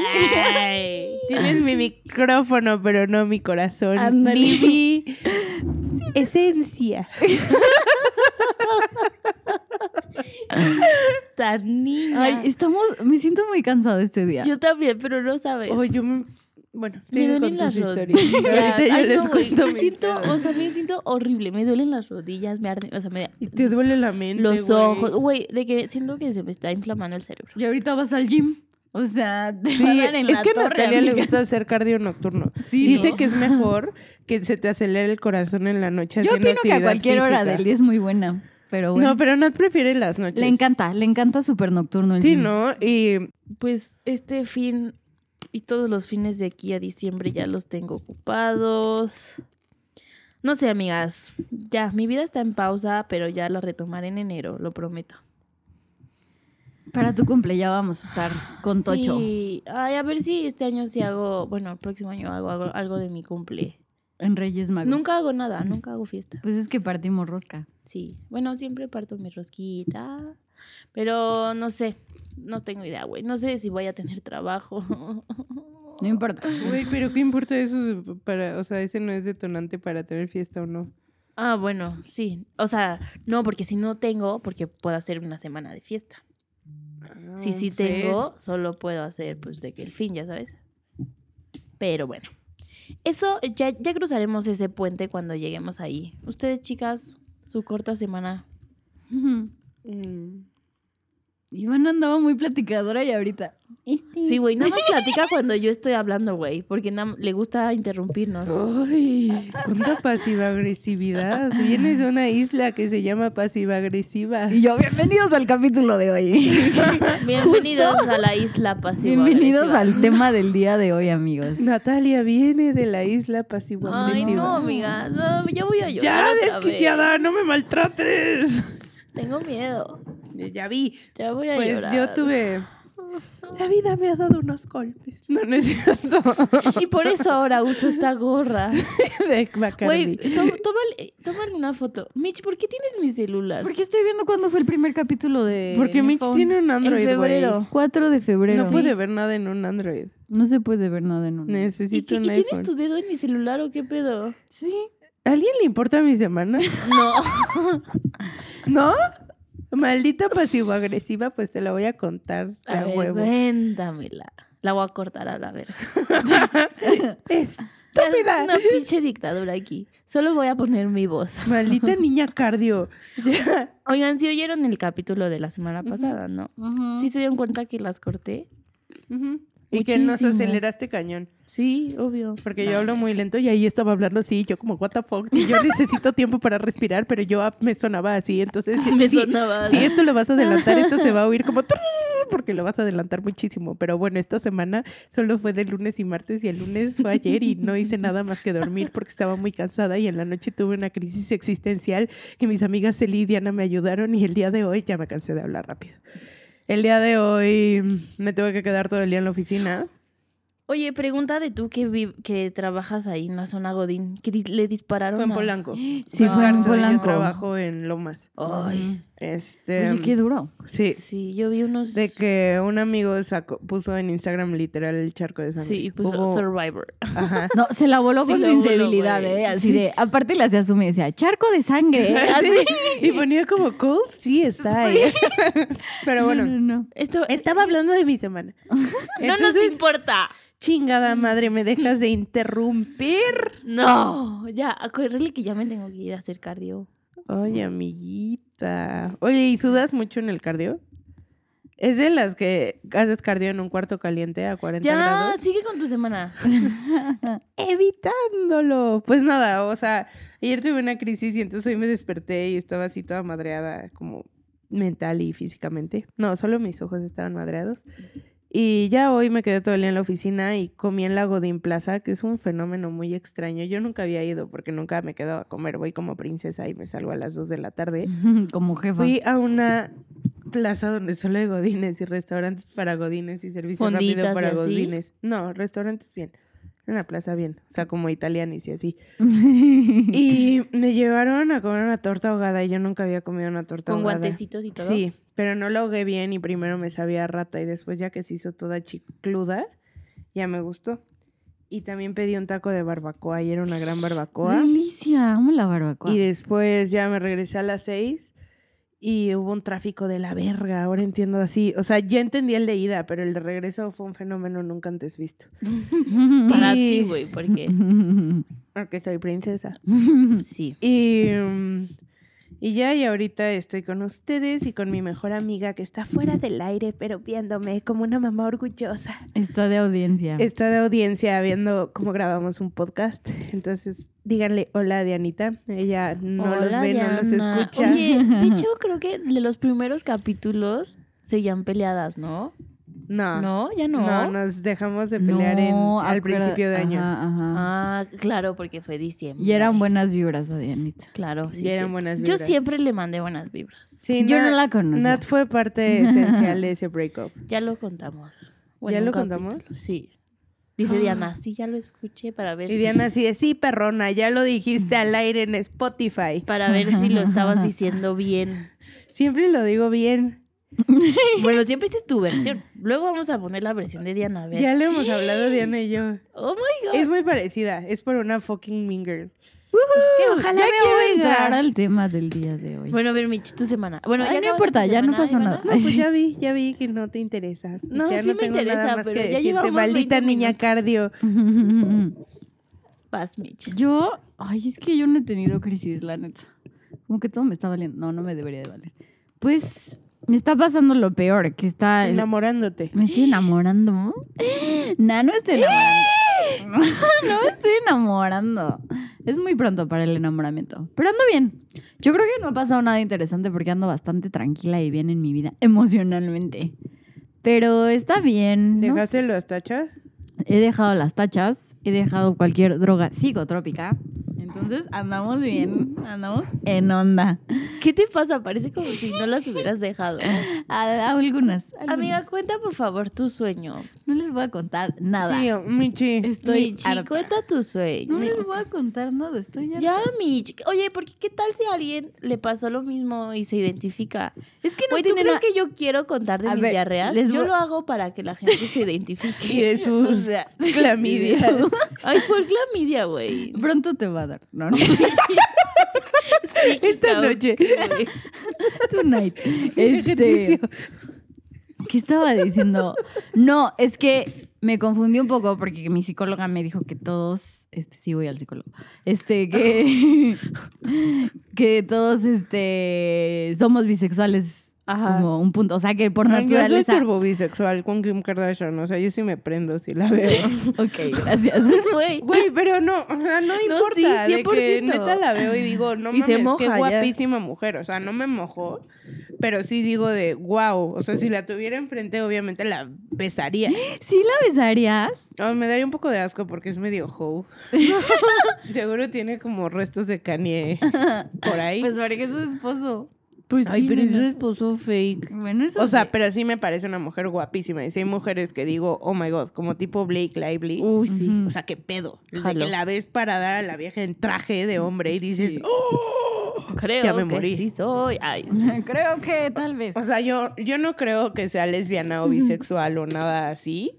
Speaker 4: Ay.
Speaker 3: Tienes mi micrófono, pero no mi corazón.
Speaker 2: Ándale.
Speaker 3: Ni mi esencia.
Speaker 4: Tan niña.
Speaker 2: Ay, estamos, me siento muy cansada este día.
Speaker 4: yo también, pero no sabes.
Speaker 3: Oye, yo me... Bueno,
Speaker 4: Pues. me
Speaker 3: sigue
Speaker 4: duelen
Speaker 3: con
Speaker 4: las
Speaker 3: tus
Speaker 4: rodillas.
Speaker 3: historias. Ahorita yo
Speaker 4: Ay,
Speaker 3: les
Speaker 4: no, güey,
Speaker 3: cuento
Speaker 4: me
Speaker 3: mi
Speaker 4: siento,
Speaker 3: historia.
Speaker 4: o sea, me siento horrible. Me duelen las rodillas, me arden, o sea, me
Speaker 3: Y te duele la mente,
Speaker 4: los
Speaker 3: güey.
Speaker 4: ojos, güey, de que siento que se me está inflamando el cerebro.
Speaker 2: Y ahorita vas al gym. O sea, te
Speaker 3: Sí,
Speaker 2: va a dar en
Speaker 3: es
Speaker 2: la
Speaker 3: que
Speaker 2: torre,
Speaker 3: a Natalia le
Speaker 2: amiga.
Speaker 3: gusta hacer cardio nocturno.
Speaker 2: Sí,
Speaker 3: Dice
Speaker 2: ¿no?
Speaker 3: que es mejor que se te acelere el corazón en la noche
Speaker 2: Yo
Speaker 3: haciendo
Speaker 2: opino que a
Speaker 3: actividad
Speaker 2: cualquier hora
Speaker 3: física.
Speaker 2: del día es muy buena. Pero pues bueno.
Speaker 3: No, pero Nat prefiere las noches.
Speaker 2: Le encanta, le encanta súper nocturno el
Speaker 3: Sí,
Speaker 2: gym.
Speaker 3: ¿no? Y
Speaker 4: Pues este fin y todos los fines de aquí a diciembre ya los tengo ocupados. No sé, amigas. Ya, mi vida está en pausa, pero ya la retomaré en enero, lo prometo.
Speaker 2: Para tu cumple ya vamos a estar con Tocho.
Speaker 4: Sí. Ay, a ver si este año sí hago, bueno, el próximo año hago, algo- algo de mi cumple.
Speaker 2: En Reyes Magos.
Speaker 4: Nunca hago nada, nunca hago fiesta.
Speaker 2: Pues es que partimos rosca.
Speaker 4: Sí. Bueno, siempre parto mi rosquita, pero no sé, no tengo idea, güey. No sé si voy a tener trabajo.
Speaker 2: No importa.
Speaker 3: Güey, pero ¿qué importa eso? Para, o sea, ese no es detonante para tener fiesta o no.
Speaker 4: Ah, bueno, sí. O sea, no, porque si no tengo, porque puedo hacer una semana de fiesta. si
Speaker 3: Ah,
Speaker 4: sí
Speaker 3: pues
Speaker 4: tengo, solo puedo hacer, pues, de que el fin, ya sabes. Pero bueno. Eso, ya, ya cruzaremos ese puente cuando lleguemos ahí. Ustedes, chicas, su corta semana.
Speaker 3: Mm.
Speaker 2: Iván andaba muy platicadora y ahorita.
Speaker 4: Sí, güey, nada más platica cuando yo estoy hablando, güey, porque nam- le gusta interrumpirnos.
Speaker 3: Oh. Ay, cuánta pasiva agresividad. Vienes de una isla que se llama pasiva agresiva.
Speaker 2: Y yo, bienvenidos al capítulo de hoy.
Speaker 4: Bienvenidos a la isla pasiva.
Speaker 2: bienvenidos al tema del día de hoy, amigos.
Speaker 3: Natalia viene de la isla pasiva
Speaker 4: Ay,
Speaker 3: agresiva.
Speaker 4: no, amiga. No, ya voy a
Speaker 3: ya
Speaker 4: llorar otra vez.
Speaker 3: desquiciada, no me maltrates.
Speaker 4: Tengo miedo.
Speaker 3: Ya vi.
Speaker 4: Ya voy a
Speaker 3: Pues
Speaker 4: llorar.
Speaker 3: yo tuve. La vida me ha dado unos golpes. No, no es cierto.
Speaker 4: Y por eso ahora uso esta gorra.
Speaker 3: De
Speaker 4: Güey,
Speaker 3: Bacardi.
Speaker 4: tó- tómale, eh, tómale una foto. Mitch, ¿por qué tienes mi celular?
Speaker 2: Porque estoy viendo cuándo fue el primer capítulo de.
Speaker 3: Porque
Speaker 2: mi
Speaker 3: Mitch
Speaker 2: phone.
Speaker 3: tiene un Android. güey.
Speaker 4: febrero.
Speaker 2: 4 de febrero.
Speaker 3: No puede ver nada en un Android.
Speaker 2: No se puede ver nada en un.
Speaker 4: ¿Y,
Speaker 3: Necesito
Speaker 4: qué-
Speaker 3: un
Speaker 4: y
Speaker 3: iPhone.
Speaker 4: tienes tu dedo en mi celular o qué pedo?
Speaker 2: Sí.
Speaker 3: ¿A alguien le importa mi semana?
Speaker 4: No.
Speaker 3: ¿No? Maldita pasivo-agresiva, pues te la voy a contar.
Speaker 4: A
Speaker 3: La
Speaker 4: ver,
Speaker 3: huevo.
Speaker 4: cuéntamela. La voy a cortar a la verga.
Speaker 3: Estúpida.
Speaker 4: Una pinche dictadura aquí. Solo voy a poner mi voz.
Speaker 3: Maldita niña cardio. Ya.
Speaker 4: Oigan, si oyeron el capítulo de la semana
Speaker 3: Ujú.
Speaker 4: pasada, ¿no?
Speaker 2: Sí,
Speaker 4: ¿Sí se dieron cuenta que las corté?
Speaker 3: Ujú. Y que nos
Speaker 4: Muchísimo.
Speaker 3: aceleraste cañón.
Speaker 4: Sí, obvio.
Speaker 3: Porque
Speaker 4: No,
Speaker 3: yo hablo
Speaker 4: no.
Speaker 3: muy lento y ahí estaba hablando así. Yo, como, what the fuck. Y yo necesito tiempo para respirar, pero yo ah, me sonaba así. Entonces,
Speaker 4: Me
Speaker 3: sí,
Speaker 4: sonaba.
Speaker 3: Si esto lo vas a adelantar, esto se va a oír como trrr, porque lo vas a adelantar muchísimo. Pero bueno, esta semana solo fue de lunes y martes y el lunes fue ayer y no hice nada más que dormir porque estaba muy cansada y en la noche tuve una crisis existencial que mis amigas Celi y Diana me ayudaron y el día de hoy ya me cansé de hablar rápido. El día de hoy mm, me tuve que quedar todo el día en la oficina.
Speaker 4: Oye, pregunta de tú que, vi- que trabajas ahí en la zona Godín, que di- le dispararon
Speaker 3: Fue en
Speaker 4: a-
Speaker 3: Polanco. Sí,
Speaker 2: sí fue en
Speaker 4: Cárcel,
Speaker 3: Yo
Speaker 2: Polanco.
Speaker 3: trabajo en Lomas.
Speaker 4: Ay,
Speaker 3: Este,
Speaker 2: Oye, qué duro.
Speaker 3: sí.
Speaker 4: sí, yo vi unos...
Speaker 3: De que un amigo sacó, puso en Instagram literal el charco de sangre.
Speaker 4: Sí, puso
Speaker 3: Hubo-
Speaker 4: Survivor.
Speaker 3: Ajá.
Speaker 2: No, se la voló
Speaker 4: Se
Speaker 2: con
Speaker 4: la voló,
Speaker 2: sensibilidad,
Speaker 4: güey.
Speaker 2: ¿eh? Así de, aparte la hacía su me decía, charco de sangre. ¿eh? Así.
Speaker 3: Sí, Y ponía como cold sí está ahí. Pero
Speaker 2: No,
Speaker 3: bueno,
Speaker 2: no, no.
Speaker 4: Esto,
Speaker 3: estaba hablando de mi semana.
Speaker 4: No nos
Speaker 3: Entonces,
Speaker 4: importa.
Speaker 3: chingada madre, me dejas de interrumpir.
Speaker 4: No, ya, acuérdale que ya me tengo que ir a hacer cardio.
Speaker 3: Oye, amiguita. Oye, ¿y sudas mucho en el cardio? Es de las que haces cardio en un cuarto caliente a 40
Speaker 4: Ya,
Speaker 3: grados.
Speaker 4: sigue con tu semana.
Speaker 3: evitándolo. Pues nada, o sea, ayer tuve una crisis y entonces hoy me desperté y estaba así toda madreada, como mental y físicamente. No, solo mis ojos estaban madreados. Y ya hoy me quedé todo el día en la oficina y comí en la Godín Plaza, que es un fenómeno muy extraño. Yo nunca había ido porque nunca me quedo a comer. Voy como princesa y me salgo a las 2 de la tarde.
Speaker 2: Como jefa.
Speaker 3: Fui a una plaza donde solo hay godines y restaurantes para godines y servicio
Speaker 4: Fonditas
Speaker 3: rápido
Speaker 4: y
Speaker 3: para
Speaker 4: así.
Speaker 3: godines. No, restaurantes bien. Una plaza bien, o sea, como italianis y así. Y me llevaron a comer una torta ahogada y yo nunca había comido una torta
Speaker 4: Con
Speaker 3: ahogada.
Speaker 4: guantecitos y todo.
Speaker 3: Sí, pero no la ahogué bien y primero me sabía a rata y después ya que se hizo toda chicluda, ya me gustó. Y también pedí un taco de barbacoa y era una gran barbacoa.
Speaker 2: Delicia, amo la barbacoa.
Speaker 3: Y después ya me regresé a las seis y hubo un tráfico de la verga, ahora entiendo así. O sea, ya entendí el de ida, pero el de regreso fue un fenómeno nunca antes visto.
Speaker 4: Para
Speaker 3: Y-
Speaker 4: ti, güey, porque
Speaker 3: Porque soy princesa.
Speaker 4: sí.
Speaker 3: Y, mm, y ya, y ahorita estoy con ustedes y con mi mejor amiga que está fuera del aire, pero viéndome como una mamá orgullosa.
Speaker 2: Está de audiencia.
Speaker 3: Está de audiencia viendo cómo grabamos un podcast. Entonces, díganle hola a Dianita. Ella no los
Speaker 4: Hola,
Speaker 3: ve, no
Speaker 4: Diana.
Speaker 3: los escucha.
Speaker 4: Oye, de hecho, creo que de los primeros capítulos seguían peleadas, ¿no?
Speaker 3: no, Ah. no,
Speaker 4: No, ya no.
Speaker 3: nos dejamos de pelear en-
Speaker 2: No,
Speaker 3: al
Speaker 2: acuerda-
Speaker 3: principio de año.
Speaker 2: Ajá, ajá.
Speaker 4: Ah, claro, porque fue diciembre.
Speaker 2: Y eran buenas vibras a Dianita.
Speaker 4: Claro, sí.
Speaker 3: Y eran
Speaker 4: cierto.
Speaker 3: buenas
Speaker 4: Yo
Speaker 3: vibras.
Speaker 4: siempre le mandé buenas vibras.
Speaker 3: Sí,
Speaker 2: Yo
Speaker 3: Nat-
Speaker 2: no la conocía.
Speaker 3: Nat fue parte esencial de ese breakup.
Speaker 4: Ya lo contamos.
Speaker 3: ¿Ya
Speaker 4: un
Speaker 3: lo contamos?
Speaker 4: capítulo, Sí. Dice
Speaker 3: Ah.
Speaker 4: Diana, sí, ya lo escuché para ver.
Speaker 3: Y Diana así de, sí, perrona, ya lo dijiste al aire en Spotify.
Speaker 4: Para ver si lo estabas diciendo bien.
Speaker 3: Siempre lo digo bien.
Speaker 4: Bueno, siempre dices tu versión. Luego vamos a poner la versión de Diana. A ver.
Speaker 3: Ya lo hemos hablado Diana y yo.
Speaker 4: Oh my god.
Speaker 3: Es muy parecida, es por una fucking mean girl.
Speaker 2: ¡Woohoo!
Speaker 3: ojalá
Speaker 2: ya
Speaker 3: me
Speaker 2: quiero
Speaker 3: oiga.
Speaker 2: entrar al tema del día de hoy.
Speaker 4: Bueno, a ver, Michi, tu semana. Bueno,
Speaker 2: Ay, no
Speaker 4: acabaste tu
Speaker 2: importa, ya no
Speaker 4: semana, ¿eh,
Speaker 2: pasó
Speaker 4: Ivana.
Speaker 2: nada.
Speaker 3: No, pues ya vi, ya vi que no te interesa.
Speaker 4: No,
Speaker 3: ya
Speaker 4: sí me interesa, pero ya
Speaker 3: decirte,
Speaker 4: llevamos
Speaker 3: maldita
Speaker 4: 20
Speaker 3: niña
Speaker 4: minutos".
Speaker 3: cardio.
Speaker 4: Vas, Michi.
Speaker 2: yo, ay, es que yo no he tenido crisis, la neta. Como que todo me está valiendo. No, no me debería de valer. Pues me está pasando lo peor, que está... el-
Speaker 3: Enamorándote.
Speaker 2: Me estoy enamorando. No, no estoy enamorando. No me estoy enamorando. Es muy pronto para el enamoramiento. Pero ando bien. Yo creo que no ha pasado nada interesante porque ando bastante tranquila y bien en mi vida, emocionalmente. Pero está bien. no
Speaker 3: ¿Dejaste los tachas?
Speaker 2: he dejado las tachas, he dejado cualquier droga psicotrópica. Entonces andamos bien, andamos en onda.
Speaker 4: ¿Qué te pasa? Parece como si no las hubieras dejado.
Speaker 2: A- algunas, algunas.
Speaker 4: Amiga, cuenta por favor tu sueño.
Speaker 2: no les voy a contar nada.
Speaker 3: Sí, oh, Michi.
Speaker 2: Estoy
Speaker 4: Michi,
Speaker 2: harta.
Speaker 4: cuenta tu sueño.
Speaker 2: No les voy a contar nada, estoy harta.
Speaker 4: Ya, Michi. Oye, porque qué tal si a alguien le pasó lo mismo y se identifica?
Speaker 2: Es que no
Speaker 4: Güey, ¿tú
Speaker 2: tiene
Speaker 4: crees
Speaker 2: nada.
Speaker 4: que yo quiero contar de
Speaker 2: A
Speaker 4: mis
Speaker 2: ver,
Speaker 4: diarreas?
Speaker 2: les
Speaker 4: Yo
Speaker 2: voy-
Speaker 4: lo hago para que la gente se identifique.
Speaker 3: Y de sus clamidias.
Speaker 4: Ay, ¿cuál clamidia, güey?
Speaker 2: Pronto te va a dar. No, no.
Speaker 3: Esta noche.
Speaker 4: Güey.
Speaker 2: Tonight. Este,
Speaker 3: Ejercicio.
Speaker 2: ¿Qué estaba diciendo? No, es que me confundí un poco porque mi psicóloga me dijo que todos. Este, sí, voy al psicólogo. Este, que. que todos este, somos bisexuales.
Speaker 4: Ajá.
Speaker 2: Como un punto. O sea, que por
Speaker 3: Ay, Yo soy
Speaker 2: naturaleza.
Speaker 3: turbo bisexual con Kim Kardashian, o sea, yo sí me prendo si la veo.
Speaker 2: Ok, gracias.
Speaker 4: Güey.
Speaker 3: Güey, pero no, o sea, no importa,
Speaker 4: sí,
Speaker 3: de que
Speaker 4: 100%.
Speaker 3: neta la veo y digo, no
Speaker 4: Y
Speaker 3: mames,
Speaker 4: se
Speaker 3: qué
Speaker 4: moja, ya.
Speaker 3: guapísima mujer, o sea, no me mojó, pero sí digo de wow, o sea, si la tuviera enfrente obviamente la besaría.
Speaker 2: ¿Sí la besarías?
Speaker 3: Oh, me daría un poco de asco porque es medio hoe. Seguro tiene como restos de Kanye por ahí.
Speaker 2: Pues porque es su esposo.
Speaker 3: Ay, pero es
Speaker 2: nena.
Speaker 3: un esposo fake.
Speaker 2: Bueno, eso
Speaker 3: O sea,
Speaker 2: sí.
Speaker 3: pero sí me parece una mujer guapísima. Y si hay mujeres que digo, oh my god, como tipo Blake Lively.
Speaker 4: Uy, sí.
Speaker 2: Ujú.
Speaker 3: O sea, qué pedo. De
Speaker 4: Uh, Jalo. Mm,
Speaker 3: que la ves parada a la vieja en traje de hombre y dices,
Speaker 4: Sí.
Speaker 3: ¡Oh!
Speaker 4: Creo
Speaker 3: Ya me
Speaker 4: que
Speaker 3: morí.
Speaker 4: sí soy. Ay.
Speaker 2: Creo que tal vez.
Speaker 3: O sea, yo, yo no creo que sea lesbiana o bisexual o nada así.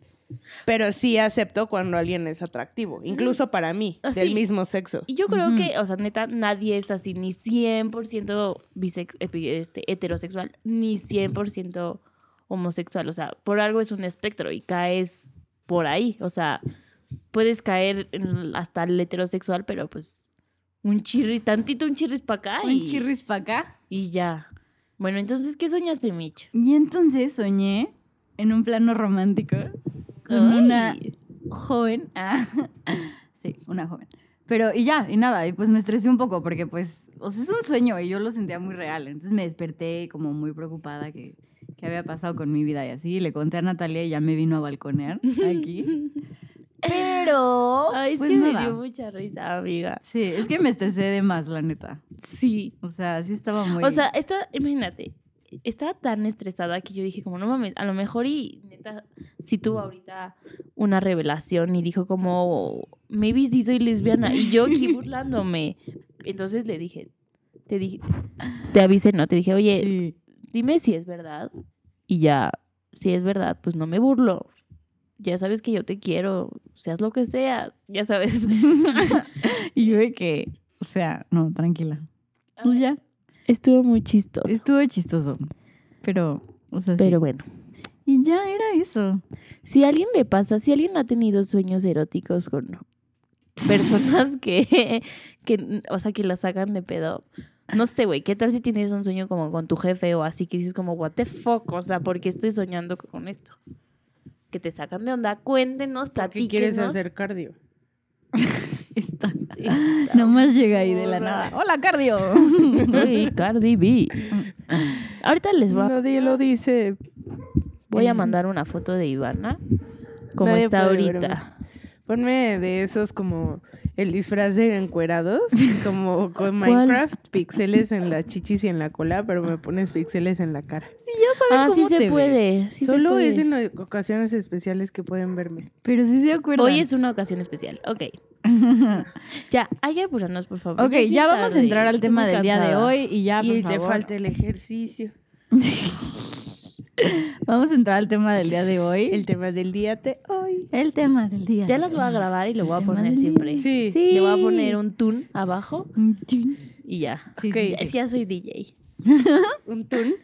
Speaker 3: Pero sí acepto cuando alguien es atractivo. Incluso para mí,
Speaker 4: Ah,
Speaker 3: del
Speaker 4: sí.
Speaker 3: mismo sexo.
Speaker 4: Y yo creo
Speaker 2: Ujú.
Speaker 4: que, o sea, neta, nadie es así, ni 100% bisex epi- este, heterosexual, ni 100% homosexual. O sea, por algo es un espectro y caes por ahí. O sea, puedes caer en- hasta el heterosexual, pero pues un chirris, tantito un chirris para acá
Speaker 2: un
Speaker 4: y,
Speaker 2: chirris para acá.
Speaker 4: y ya. Bueno, entonces, ¿qué soñaste, Mitch?
Speaker 2: Y entonces soñé en un plano romántico con
Speaker 4: Ay.
Speaker 2: una joven. Ah, sí, una joven. Pero, y ya, y nada, y pues me estresé un poco porque pues, o sea, es un sueño y yo lo sentía muy real. Entonces me desperté como muy preocupada que, que había pasado con mi vida y así. y le conté a Natalia y ya me vino a balconear aquí. Pero,
Speaker 4: Ay, es
Speaker 2: pues
Speaker 4: que me
Speaker 2: nada.
Speaker 4: dio mucha risa, amiga.
Speaker 2: Sí, es que me estresé de más, la neta.
Speaker 4: Sí.
Speaker 2: O sea, sí estaba muy...
Speaker 4: O sea, esta, imagínate, estaba tan estresada que yo dije como, no mames, a lo mejor y neta, si tuvo ahorita una revelación y dijo como, maybe sí soy lesbiana y yo aquí burlándome. Entonces le dije, te dije, te avisé, no, te dije, oye,
Speaker 2: Sí.
Speaker 4: dime si es verdad y ya, si es verdad, pues no me burlo. Ya sabes que yo te quiero, seas lo que seas, ya sabes.
Speaker 2: y yo de que, o sea, no, tranquila.
Speaker 4: A
Speaker 2: Pues
Speaker 4: ver,
Speaker 2: ya.
Speaker 4: Estuvo muy chistoso.
Speaker 2: Estuvo chistoso. Pero, o sea, sí.
Speaker 4: Pero bueno,
Speaker 2: Y ya era eso.
Speaker 4: si a alguien le pasa, si alguien ha tenido sueños eróticos con personas que, que o sea, que la sacan de pedo. No sé, güey, ¿qué tal si tienes un sueño como con tu jefe o así que dices como, what the fuck, o sea, ¿por qué estoy soñando con esto? Que te sacan de onda, cuéntenos,
Speaker 3: ¿Qué
Speaker 4: platíquenos.
Speaker 3: quieres hacer cardio?
Speaker 2: Está.
Speaker 4: Está
Speaker 2: Nomás llega ahí de la
Speaker 4: horror.
Speaker 2: nada. ¡Hola, cardio!
Speaker 4: Soy Cardi B. Ahorita les voy a
Speaker 3: Nadie lo dice.
Speaker 4: Voy a
Speaker 3: Eh,
Speaker 4: mandar una foto de Ivana. Como
Speaker 3: Nadie
Speaker 4: está
Speaker 3: puede
Speaker 4: ahorita.
Speaker 3: Ponme de esos como el disfraz de encuerados, como con
Speaker 4: ¿Cuál?
Speaker 3: Minecraft, pixeles en las chichis y en la cola, pero me pones pixeles en la cara.
Speaker 4: Ah, sí
Speaker 2: cómo te
Speaker 4: se
Speaker 2: ves.
Speaker 4: puede. sí se
Speaker 3: Solo
Speaker 4: puede.
Speaker 3: es en o- ocasiones especiales que pueden verme.
Speaker 2: Pero sí se acuerdan.
Speaker 4: Hoy es una ocasión especial. Ok. Ya, hay que apurarnos, por favor.
Speaker 2: ok,
Speaker 4: es bien
Speaker 2: ya vamos a
Speaker 4: tarde,
Speaker 2: entrar al
Speaker 4: estoy
Speaker 2: tema
Speaker 4: muy
Speaker 2: del día de
Speaker 4: cansada.
Speaker 2: hoy y ya,
Speaker 3: y
Speaker 2: por
Speaker 3: te
Speaker 2: favor.
Speaker 3: falta el ejercicio.
Speaker 2: Vamos a entrar al tema del día de hoy.
Speaker 3: El tema del día oh, de hoy.
Speaker 2: El tema del día.
Speaker 4: Ya
Speaker 2: de
Speaker 4: las voy a
Speaker 2: hoy.
Speaker 4: grabar y lo voy a
Speaker 2: Tema
Speaker 4: poner
Speaker 2: del-
Speaker 4: siempre.
Speaker 3: Sí.
Speaker 4: Le voy a poner un tune abajo y ya.
Speaker 2: Sí, sí,
Speaker 3: Ok.
Speaker 2: sí.
Speaker 4: Ya- Ya soy DJ.
Speaker 3: Un tun.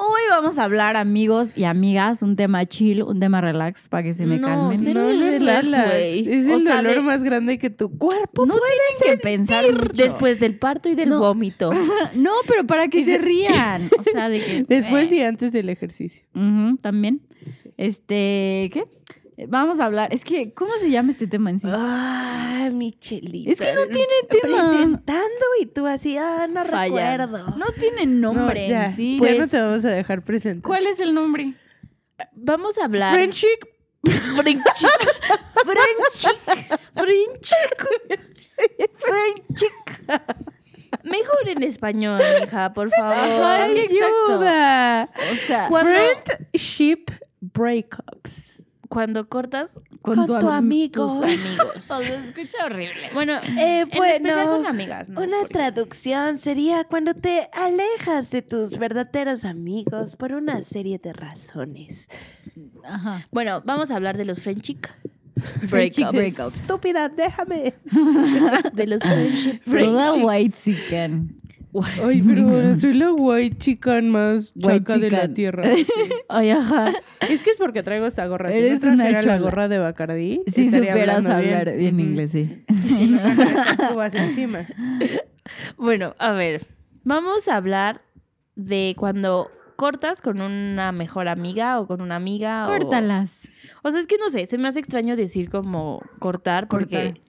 Speaker 2: Hoy vamos a hablar, amigos y amigas, un tema chill, un tema relax, para que se me
Speaker 4: No,
Speaker 2: calmen.
Speaker 4: Cero es relax, güey.
Speaker 3: Es
Speaker 4: O
Speaker 3: el
Speaker 4: sea,
Speaker 3: dolor
Speaker 4: de-
Speaker 3: más grande que tu cuerpo.
Speaker 2: No tienen que pensar mucho.
Speaker 4: Después del parto y del
Speaker 2: No.
Speaker 4: vómito.
Speaker 2: No, pero para que se rían. O sea, de que...
Speaker 3: Después
Speaker 2: eh.
Speaker 3: y antes del ejercicio.
Speaker 2: Ujú, también. Este, ¿qué? Eh, Vamos a hablar. Es que, ¿cómo se llama este tema en sí?
Speaker 3: Ah, Michelita.
Speaker 2: Es que no tiene tema.
Speaker 3: Presentando y tú así, ah, no
Speaker 4: Falla.
Speaker 3: recuerdo.
Speaker 2: No tiene nombre
Speaker 3: No, ya,
Speaker 2: en sí.
Speaker 3: ya
Speaker 2: Es-
Speaker 3: no te vamos a dejar presentar.
Speaker 2: ¿Cuál es el nombre?
Speaker 4: Vamos a hablar.
Speaker 3: Friendship.
Speaker 4: Friendship.
Speaker 2: Frenchic.
Speaker 4: Friendship.
Speaker 2: Frenchic.
Speaker 4: Mejor en español, hija, por favor.
Speaker 2: Ajá, sí, exacto.
Speaker 3: ayuda.
Speaker 2: O sea,
Speaker 4: Cuando-
Speaker 3: Friendship breakups.
Speaker 4: Cuando cortas
Speaker 2: con, tu, amigo.
Speaker 4: tus amigos.
Speaker 2: O sea, escucha horrible.
Speaker 4: Bueno,
Speaker 3: Eh,
Speaker 4: en especial con amigas, ¿no? Porque-
Speaker 3: traducción sería cuando te alejas de tus verdaderos amigos por una serie de razones.
Speaker 2: Ajá.
Speaker 4: Bueno, vamos a hablar de los friendship
Speaker 2: Friendship
Speaker 4: breakups.
Speaker 2: breakups.
Speaker 3: Estúpida, déjame.
Speaker 4: De los friendship
Speaker 2: Toda
Speaker 4: breakups.
Speaker 2: white chicken.
Speaker 3: Ay, pero soy la white chican más
Speaker 2: White
Speaker 3: chaca de la
Speaker 2: chican.
Speaker 3: tierra.
Speaker 4: Ay, ajá.
Speaker 3: es que es porque traigo esta gorra. Si
Speaker 2: Eres
Speaker 3: no
Speaker 2: una
Speaker 3: trajera la
Speaker 2: chola.
Speaker 3: gorra de Bacardí,
Speaker 2: Sí,
Speaker 3: estaría
Speaker 2: supieras
Speaker 3: hablando bien.
Speaker 2: hablar bien
Speaker 3: Ujú.
Speaker 2: inglés, sí.
Speaker 3: Y no trajera estas uvas encima.
Speaker 4: Bueno, a ver. Vamos a hablar de cuando cortas con una mejor amiga o con una amiga. o-
Speaker 2: Córtalas.
Speaker 4: O sea, es que no sé, se me hace extraño decir como cortar porque
Speaker 2: Cortar.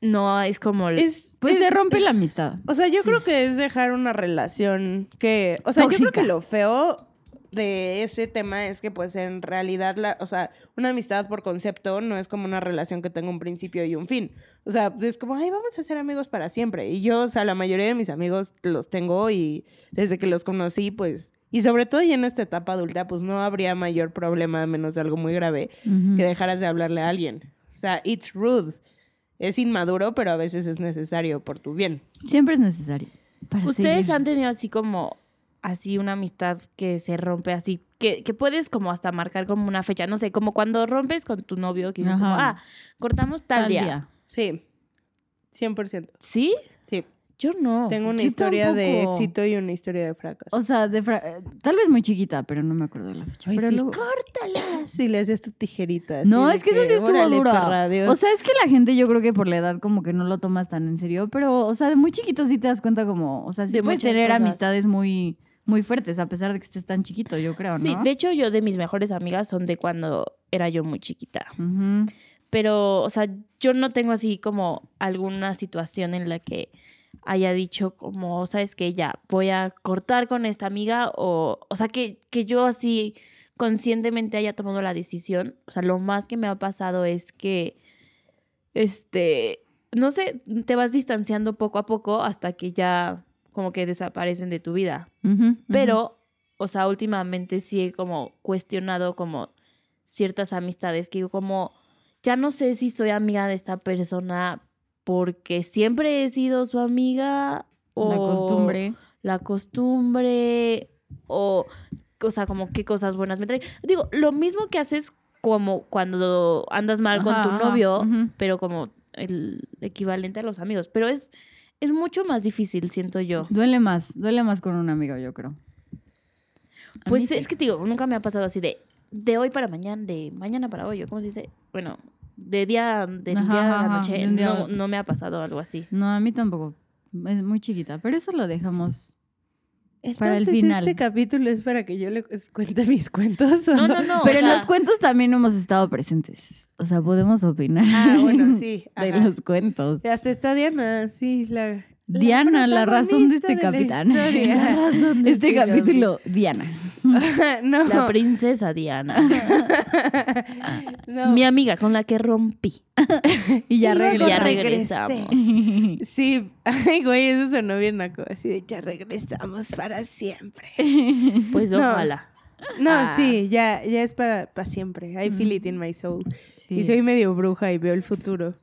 Speaker 4: no es como... el-
Speaker 3: Es-
Speaker 2: Pues
Speaker 3: es-
Speaker 2: se rompe la amistad.
Speaker 3: O sea, yo creo que es dejar una relación que... O sea, yo
Speaker 2: Tóxica.
Speaker 3: creo que lo feo de ese tema es que pues en realidad, la, o sea, una amistad por concepto no es como una relación que tenga un principio y un fin. O sea, es como, ay, vamos a ser amigos para siempre. Y yo, o sea, la mayoría de mis amigos los tengo y desde que los conocí, pues... Y sobre todo y en esta etapa adulta, pues no habría mayor problema, a menos de algo muy grave,
Speaker 2: Ujú.
Speaker 3: que dejaras de hablarle a alguien. O sea, it's rude. Es inmaduro, pero a veces es necesario por tu bien.
Speaker 2: Siempre es necesario. para
Speaker 4: ¿Ustedes
Speaker 2: seguir.
Speaker 4: han tenido así como, así una amistad que se rompe así? Que, que puedes como hasta marcar como una fecha, no sé, como cuando rompes con tu novio, que dices como,
Speaker 2: Ajá.
Speaker 4: ah, cortamos tal,
Speaker 2: Tal
Speaker 4: día.
Speaker 2: día.
Speaker 3: Sí, 100%.
Speaker 4: ¿Sí?
Speaker 3: Sí,
Speaker 4: Yo no.
Speaker 3: tengo una
Speaker 2: yo
Speaker 3: historia de
Speaker 2: tampoco.
Speaker 3: éxito y una historia de fracaso.
Speaker 2: O sea, de fra- eh, tal vez muy chiquita, pero no me acuerdo de la fecha.
Speaker 3: Ay,
Speaker 2: pero
Speaker 3: sí,
Speaker 2: luego-
Speaker 3: córtala. Si le haces tu tijerita. así
Speaker 2: No,
Speaker 3: de
Speaker 2: es que eso sí estuvo
Speaker 3: "Órale,
Speaker 2: duro.
Speaker 3: perra, adiós".
Speaker 2: O sea, es que la gente yo creo que por la edad como que no lo tomas tan en serio, pero, o sea, de muy chiquito sí te das cuenta como, o sea, sí
Speaker 4: De
Speaker 2: puedes
Speaker 4: muchas
Speaker 2: tener
Speaker 4: cosas.
Speaker 2: amistades muy, muy fuertes a pesar de que estés tan chiquito, yo creo, ¿no?
Speaker 4: Sí, de hecho yo de mis mejores amigas son de cuando era yo muy chiquita.
Speaker 2: Ujú.
Speaker 4: Pero, o sea, yo no tengo así como alguna situación en la que haya dicho como, sabes que ya voy a cortar con esta amiga o, o sea, que, que yo así conscientemente haya tomado la decisión. O sea, lo más que me ha pasado es que, este, no sé, te vas distanciando poco a poco hasta que ya como que desaparecen de tu vida.
Speaker 2: Ujú, ujú.
Speaker 4: Pero, o sea, últimamente sí he como cuestionado como ciertas amistades que digo como, ya no sé si soy amiga de esta persona porque siempre he sido su amiga o
Speaker 2: la costumbre.
Speaker 4: la costumbre o, o sea, como qué cosas buenas me trae. Digo, lo mismo que haces como cuando andas mal con
Speaker 2: Ajá,
Speaker 4: tu
Speaker 2: ajá,
Speaker 4: novio,
Speaker 2: ujú.
Speaker 4: pero como el equivalente a los amigos, pero es es mucho más difícil, siento yo.
Speaker 2: Duele más, duele más con un amigo, yo creo. A mí
Speaker 4: Pues
Speaker 2: sí.
Speaker 4: es que te digo, nunca me ha pasado así de de hoy para mañana, de mañana para hoy, o ¿cómo se dice? Bueno, de día, de
Speaker 2: Ajá,
Speaker 4: día a la
Speaker 2: ajá,
Speaker 4: noche,
Speaker 2: de un día a
Speaker 4: no,
Speaker 2: otro.
Speaker 4: no me ha pasado algo así.
Speaker 2: No, a mí tampoco. Es muy chiquita, pero eso lo dejamos. Para el
Speaker 3: Entonces,
Speaker 2: final.
Speaker 3: Este capítulo es para que yo le cu- cuente mis cuentos. ¿o
Speaker 4: No, no, no. o
Speaker 2: pero en
Speaker 4: sea,
Speaker 2: los cuentos también hemos estado presentes. O sea, podemos opinar.
Speaker 3: Ah, bueno, sí.
Speaker 2: De
Speaker 3: ajá.
Speaker 2: los cuentos.
Speaker 3: Hasta está Diana, sí, la... La
Speaker 2: Diana, la razón de este
Speaker 3: protagonista de la
Speaker 2: capitán.
Speaker 3: historia.
Speaker 2: La razón de este capítulo, Diana.
Speaker 3: no.
Speaker 4: La princesa Diana,
Speaker 3: no.
Speaker 4: mi amiga con la que rompí.
Speaker 2: Y ya
Speaker 3: Y luego
Speaker 4: Ya
Speaker 2: regresamos.
Speaker 4: regresamos.
Speaker 3: Sí, ay, güey, eso sonó bien naco, así de ya regresamos para siempre.
Speaker 4: Pues
Speaker 3: No.
Speaker 4: ojalá.
Speaker 3: No,
Speaker 4: Ah.
Speaker 3: sí, ya, ya es para siempre. I feel it in my soul. Y soy medio bruja y veo el futuro.